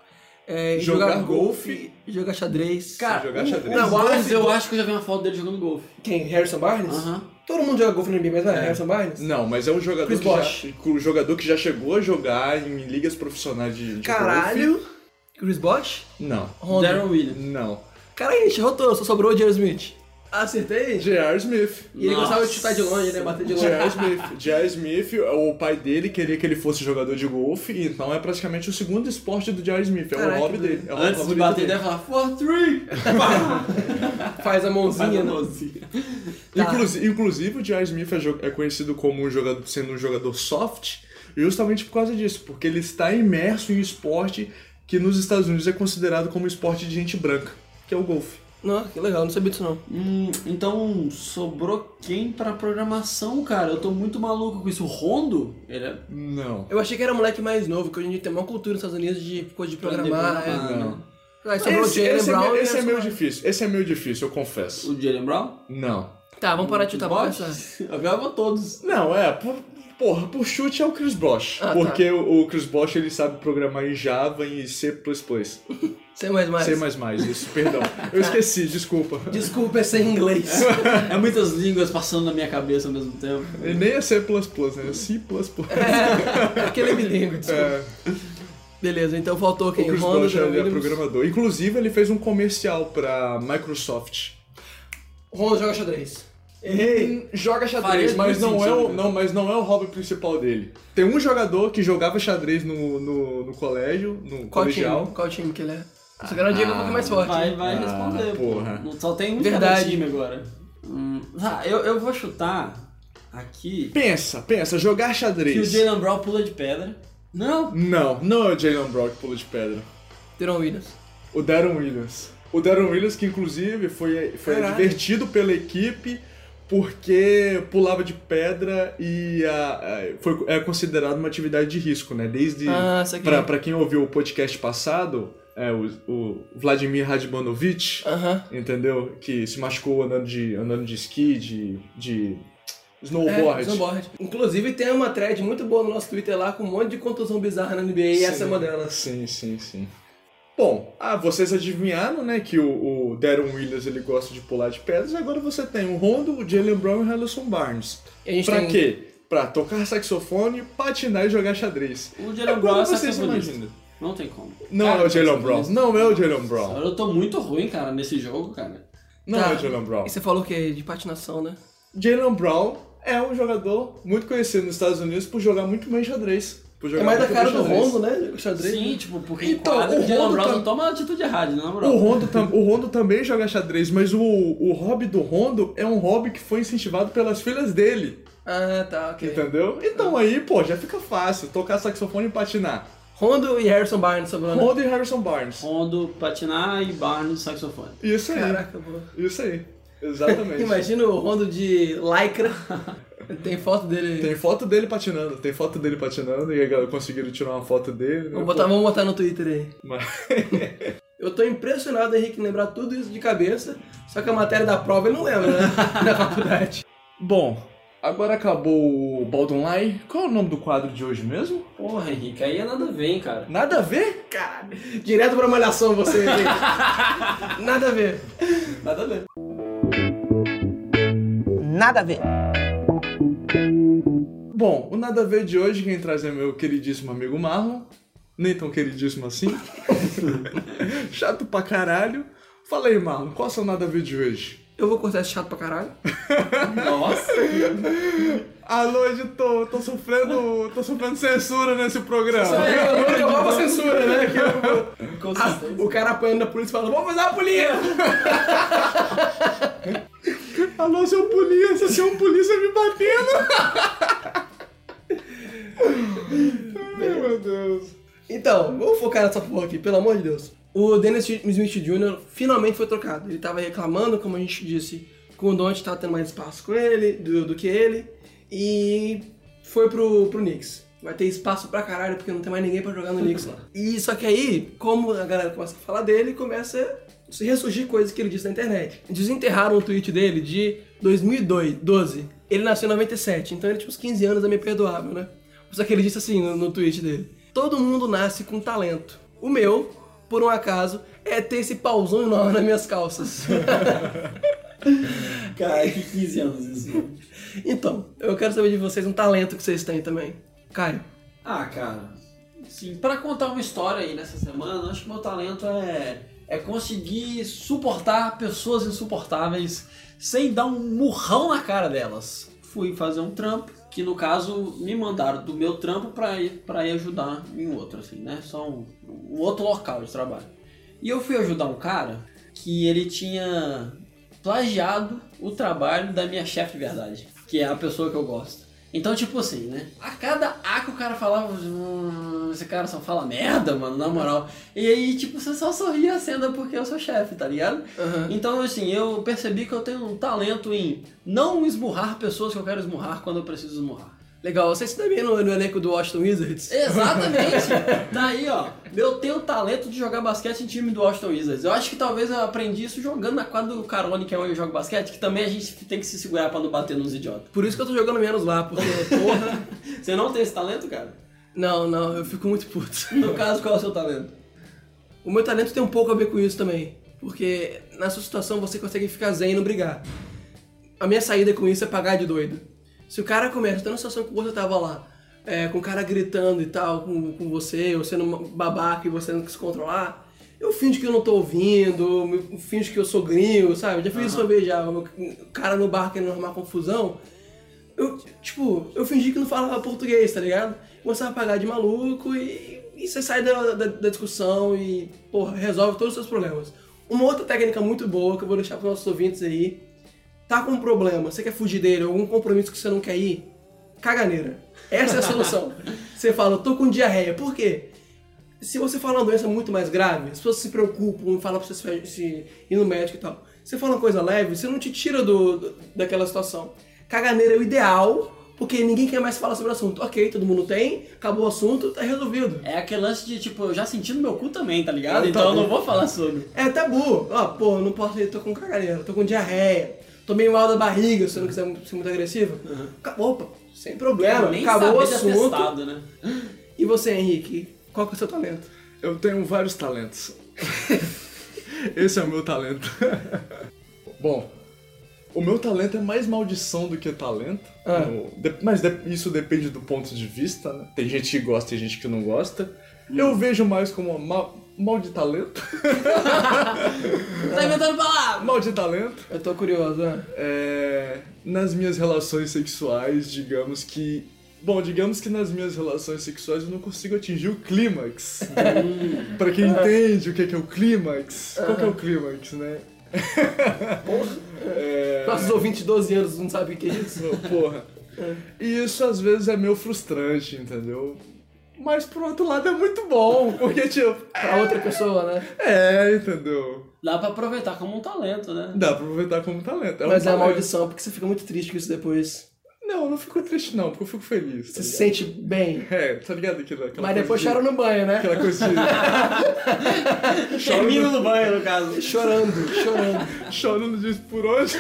D: É,
A: Jogar
D: jogar,
A: golfe.
D: golfe, jogar xadrez.
A: Cara, jogar
B: o-
A: xadrez.
B: O,
D: Não,
B: Barnes,
D: golfe-
B: eu acho que eu já vi uma foto dele jogando golfe.
D: é Quem? Harrison Barnes?
B: Aham.
D: Todo mundo joga golfe no NBA, mas não é, Harrison Barnes?
A: Não, mas é um jogador
D: Chris
A: que já-
D: Bosh.
A: um jogador que já chegou a jogar em ligas profissionais de, de golfe.
D: Caralho. Tipo, Chris Bosh?
A: Não.
D: Rondo.
B: Darren Williams.
A: Não.
D: Caralho, a gente rotou, só sobrou o Jerry Smith. Acertei?
A: J.R. Smith.
D: E ele
B: Nossa.
D: gostava de chutar de longe, né? Bater de longe.
A: J.R. Smith. J.R. Smith, o pai dele queria que ele fosse jogador de golfe, então é praticamente o segundo esporte do J.R. Smith. É o
D: Caraca,
A: hobby
D: doido.
A: dele. É o
B: Antes de
A: favorito
B: bater,
A: dele.
B: deve falar, for three!
D: *laughs* Faz a mãozinha.
B: Faz
D: né?
B: a mãozinha.
D: Tá.
A: Inclusi- inclusive, o J.R. Smith é, jo- é conhecido como um jogador, sendo um jogador soft, justamente por causa disso, porque ele está imerso em um esporte que nos Estados Unidos é considerado como um esporte de gente branca, que é o golfe.
D: Não, que legal, não sabia disso não.
B: Hum, então, sobrou quem pra programação, cara? Eu tô muito maluco com isso. O Rondo? Ele é...
A: Não.
D: Eu achei que era um moleque mais novo, que hoje em dia tem uma cultura nos Estados Unidos de coisa de programar.
B: Pra
D: é.
B: programar,
A: Não.
B: né?
D: Ah, sobrou
A: Esse,
D: o Jalen
A: esse é,
D: Brown
A: meu-
D: e
A: esse é
D: Harrison
A: meio
D: Barnes.
A: difícil, esse é meio difícil, eu confesso.
B: O Jalen Brown?
A: Não.
D: Tá, vamos parar de chutar pra pensar.
B: Bosch? *laughs* Eu ganhava todos.
A: Não, é, por, porra, por chute é o Chris Bosch,
D: Ah, tá.
A: porque o, o Chris Bosch ele sabe programar em Java e em C++.
D: Sem mais mais.
A: C++, isso, perdão. Eu
D: *laughs*
A: esqueci, desculpa.
D: Desculpa, é sem *laughs* inglês.
B: É muitas línguas passando na minha cabeça ao mesmo tempo.
A: E nem é C++, né? É C++.
D: Aquele é bilíngue, desculpa.
A: É.
D: Beleza, então faltou
A: O
D: quem?
A: Chris
D: Rondo,
A: Bosh, ele é
D: Williams.
A: programador. Inclusive, ele fez um comercial pra Microsoft.
D: Rondo joga xadrez.
A: Ele Hum, joga xadrez,
B: Faria
A: mas
B: muito
A: não, é o,
B: sentido. né?
A: não, mas não é o hobby principal dele. Tem um jogador que jogava xadrez no, no, no colégio, no
D: Qual
A: colegial.
D: time? Qual time que ele é? Só quero um Diego um pouco mais forte.
B: Ah, Vai, vai
A: Ah,
B: responder, pô.
A: porra.
B: Não- Só tem um
D: Verdade.
B: cada time agora. Hum, tá, eu, eu vou chutar aqui
A: Pensa, pensa, jogar
B: que o
A: xadrez.
B: Jalen Brown pula de pedra. Não,
A: Não, não é o Jalen Brown que pula de pedra.
D: Teron Williams.
A: O Darren Williams. O Darren Williams, que inclusive foi, foi
D: Caralho.
A: advertido pela equipe porque pulava de pedra e ah, ah, foi, é considerado uma atividade de risco, né? Desde.
D: Ah, isso aqui.
A: pra, pra quem ouviu o podcast passado, é, o, o Vladimir Radmanovich,
D: Aham.
A: entendeu? Que se machucou andando de, andando de esqui, de. de
D: É,
A: snowboard.
D: snowboard. Inclusive tem uma thread muito boa no nosso Twitter lá com um monte de contusão bizarra na NBA e essa é uma delas.
A: Sim, sim, sim. Bom, ah, vocês adivinharam, né, que o, o Darren Williams ele gosta de pular de pedras, agora você tem o Rondo, o Jalen Brown e o Harrison Barnes.
D: E a gente
A: Pra
D: tem-
A: quê? Pra tocar saxofone, patinar e jogar xadrez.
B: o Jalen
A: Agora
B: Brown é
A: vocês
B: saxofonista.
A: imaginam.
B: Não tem como.
A: Não
B: Cara,
A: é o Jalen Brown, não é o Jalen Brown,
B: Agora eu tô muito ruim, cara, nesse jogo, cara.
A: não
D: Tá.
A: é o Jalen Brown.
D: E você falou o quê? De patinação, né?
A: Jalen Brown é um jogador muito conhecido nos Estados Unidos por jogar muito bem xadrez. Por jogar
D: É mais da
A: muito
D: cara
A: bem
D: do
A: xadrez.
D: Rondo, né? O xadrez.
B: Sim, tipo, porque
A: Então,
B: então, quadra,
A: o
B: o Jalen
A: Rondo
B: Brown
A: tá-
B: não toma atitude errada, na
D: um
B: moral.
A: O Rondo, tam- o Rondo também joga xadrez, mas o, o hobby do Rondo é um hobby que foi incentivado pelas filhas dele,
D: Ah, tá, ok.
A: entendeu? Então aí, pô, já fica fácil, tocar saxofone e patinar.
D: Rondo e Harrison Barnes sobrando.
A: Rondo e Harrison Barnes.
B: Rondo, patinar e Barnes, saxofone.
A: Isso aí,
D: Caraca, boa.
A: isso aí, exatamente.
D: *laughs* Imagina o Rondo de lycra. *laughs* Tem foto dele.
A: Tem foto dele patinando, tem foto dele patinando e a galera conseguiram tirar uma foto dele. né,
D: Vamos botar,
A: pô.
D: vamos botar no Twitter aí.
A: Mas-
D: *laughs* Eu tô impressionado, Henrique, em lembrar *laughs* tudo isso de cabeça, só que a matéria da prova ele não lembra, né? Na faculdade.
A: Bom, Agora acabou o Bald Online. Qual é o nome do quadro de hoje mesmo?
B: Porra, Henrique, aí é nada a ver, hein, cara.
A: Nada a ver?
D: Caralho. Direto pra malhação você. gente. Nada a ver.
B: Nada a ver.
F: Nada a ver.
A: Bom, o Nada a Ver de hoje quem traz é meu queridíssimo amigo Marlon. Nem tão queridíssimo assim. *laughs* Chato pra caralho. Fala aí, Marlon, qual é o seu Nada a Ver de hoje?
D: Eu vou cortar esse chato pra caralho.
B: Nossa.
A: Alô, editor, tô sofrendo, tô sofrendo censura nesse programa.
D: É, Eu vou pra censura, né? Que eu-
B: Com
D: Ah,
B: certeza.
D: o cara apanhando da polícia e fala, vamos fazer uma polícia!
A: Alô, seu polícia, seu polícia me batendo. *laughs* Ai, meu Deus.
D: Então, vamos focar nessa porra aqui, pelo amor de Deus. O Dennis Smith Jr. finalmente foi trocado. Ele tava reclamando, como a gente disse, que o Don't tava tendo mais espaço com ele, do, do que ele. E foi pro, pro Knicks. Vai ter espaço pra caralho, porque não tem mais ninguém pra jogar no Knicks lá. E só que aí, como a galera começa a falar dele, começa a se ressurgir coisas que ele disse na internet. Desenterraram o tweet dele de 2012. Ele nasceu em 97, então ele tinha uns 15 anos, é meio perdoável, né? Só que ele disse assim no, no tweet dele: Todo mundo nasce com talento. O meu, por um acaso, é ter esse pauzão enorme nas minhas *laughs* calças.
B: Cara, que 15 anos isso. mano.
D: então, eu quero saber de vocês um talento que vocês têm também. Caio.
B: Ah, cara. Sim, pra contar uma história aí nessa semana, acho que meu talento é, é conseguir suportar pessoas insuportáveis sem dar um murrão na cara delas. Fui fazer um trampo, que no caso me mandaram do meu trampo pra ir, pra ir ajudar em outro, assim, né? Só um, um outro local de trabalho. E eu fui ajudar um cara que ele tinha plagiado o trabalho da minha chefe de verdade, que é a pessoa que eu gosto. Então, tipo assim, né? A cada A que o cara falava, hum, esse cara só fala merda, mano, na moral. E aí, tipo, você só sorria a cena porque eu sou chefe, tá ligado? Então, assim, eu percebi que eu tenho um talento em não esmurrar pessoas que eu quero esmurrar quando eu preciso esmurrar.
D: Legal, vocês se dão bem no, no elenco do Washington Wizards?
B: Exatamente! *laughs* Daí, ó, eu tenho o talento de jogar basquete em time do Washington Wizards. Eu acho que talvez eu aprendi isso jogando na quadra do Carone, que é onde eu jogo basquete, que também a gente tem que se segurar pra não bater nos idiotas.
D: Por isso que eu tô jogando menos lá, porque, *laughs* porra.
B: Você não tem esse talento, cara?
D: Não, não, eu fico muito *laughs* puto.
B: No caso, qual é o seu talento?
D: O meu talento tem um pouco a ver com isso também. Porque na sua situação você consegue ficar zen e não brigar. A minha saída com isso é pagar de doido. Se o cara começa, tá na situação que você tava lá, é, com o cara gritando e tal, com, com você, ou sendo uma babaca e você não quis controlar, eu finjo que eu não tô ouvindo, eu finjo que eu sou gringo, sabe? Eu já fiz isso uma vez já. O cara no bar querendo arrumar confusão, eu, tipo, eu fingi que não falava português, tá ligado? Começava a pagar de maluco e, e você sai da, da- da discussão e, porra, resolve todos os seus problemas. Uma outra técnica muito boa que eu vou deixar para nossos ouvintes aí. Tá com um problema, você quer fugir dele, algum compromisso que você não quer ir? Caganeira. Essa é a solução. você fala, eu tô com diarreia. Por quê? se você fala uma doença muito mais grave, as pessoas se preocupam, falam pra você se- se ir no médico e tal. Você fala uma coisa leve, você não te tira do, do- daquela situação. Caganeira é o ideal, porque ninguém quer mais falar sobre o assunto. Ok, todo mundo tem, acabou o assunto, tá resolvido.
B: É aquele lance de, tipo, eu já senti no meu cu também, tá ligado?
D: Ah,
B: então
D: tá
B: eu
D: bom.
B: não vou falar sobre.
D: É tabu. Ó, pô, não posso ir, tô com caganeira, tô com diarreia, tô meio mal da barriga, se eu não quiser ser muito agressivo. Acabou, pô, sem problema,
B: nem
D: acabou
B: saber
D: o
B: de
D: assunto.
B: atestado, né?
D: E você, Henrique, qual que é o seu talento?
A: Eu tenho vários talentos. Esse é o meu talento. *laughs* Bom, o meu talento é mais maldição do que talento.
D: Ah.
A: Eu- de- Mas de- isso depende do ponto de vista, né? Tem gente que gosta, tem gente que não gosta. Eu vejo mais como uma mal, mal de talento. *laughs*
B: Tá inventando palavra!
A: mal de talento.
D: Eu tô curioso, né?
A: É, nas minhas relações sexuais, digamos que. Bom, digamos que nas minhas relações sexuais eu não consigo atingir o
D: *laughs*
A: clímax. Pra quem entende o que é, que é o clímax. Qual que é o clímax, né? É,
D: Nossos ouvintes de 12 anos não sabem o que é isso.
A: Porra. E isso às vezes é meio frustrante, entendeu? Mas por outro lado é muito bom, porque tipo.
D: pra outra pessoa, né?
A: É, entendeu?
B: Dá pra aproveitar como um talento, né?
A: Dá pra aproveitar como talento. um
D: Mas é uma
A: talento.
D: maldição, porque você fica muito triste com isso depois.
A: Não, eu não fico triste não, porque eu fico feliz. tá
D: Você se
A: ligado?
D: sente bem.
A: É, tá ligado? Aquela, aquela
D: Mas depois
A: coisa
D: chora no banho, né?
A: de, *laughs* Aquela coisa de.
D: *laughs* É
B: Termina no banho, no caso.
D: Chorando, chorando.
A: chorando disso por hoje.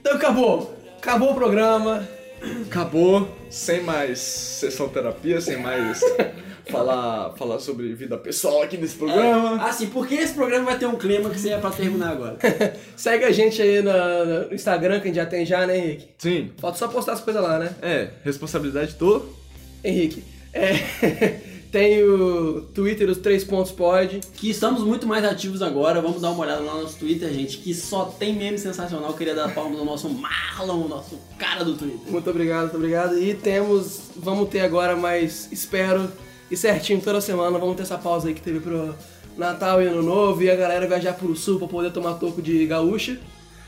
D: Então acabou. Acabou o programa.
A: Acabou, sem mais sessão terapia, sem mais falar, falar sobre vida pessoal aqui nesse programa.
B: Assim, por que esse programa vai ter um clima que você é pra terminar agora?
D: *laughs* Segue a gente aí na- no Instagram, que a gente já tem já, né, Henrique?
A: Sim.
D: Falta só postar as coisas lá, né?
A: É, responsabilidade do
D: Henrique, é, *laughs* tem o Twitter, os três pontos pod.
B: que estamos muito mais ativos agora. Vamos dar uma olhada lá no nosso Twitter, gente, que só tem meme sensacional. Queria dar palmas ao nosso Marlon, nosso cara do Twitter.
D: Muito obrigado, muito obrigado. E temos, vamos ter agora, mas espero, e certinho, toda semana, vamos ter essa pausa aí que teve pro Natal e Ano Novo, e a galera viajar pro Sul pra poder tomar toco de gaúcha.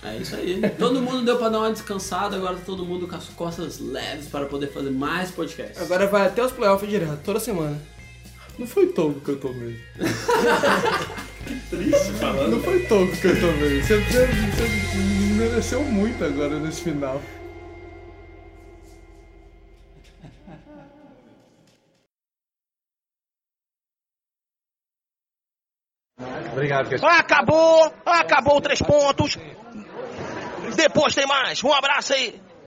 B: É isso aí. Todo mundo deu pra dar uma descansada, agora tá todo mundo com as costas leves para poder fazer mais podcast.
D: Agora vai até os playoffs direto, toda semana.
A: Não foi Togo que eu tomei. que triste falando. Não foi Togo que eu tomei. Você, você, você mereceu muito agora nesse final.
F: Acabou! Acabou três pontos! Depois tem mais. Um abraço aí!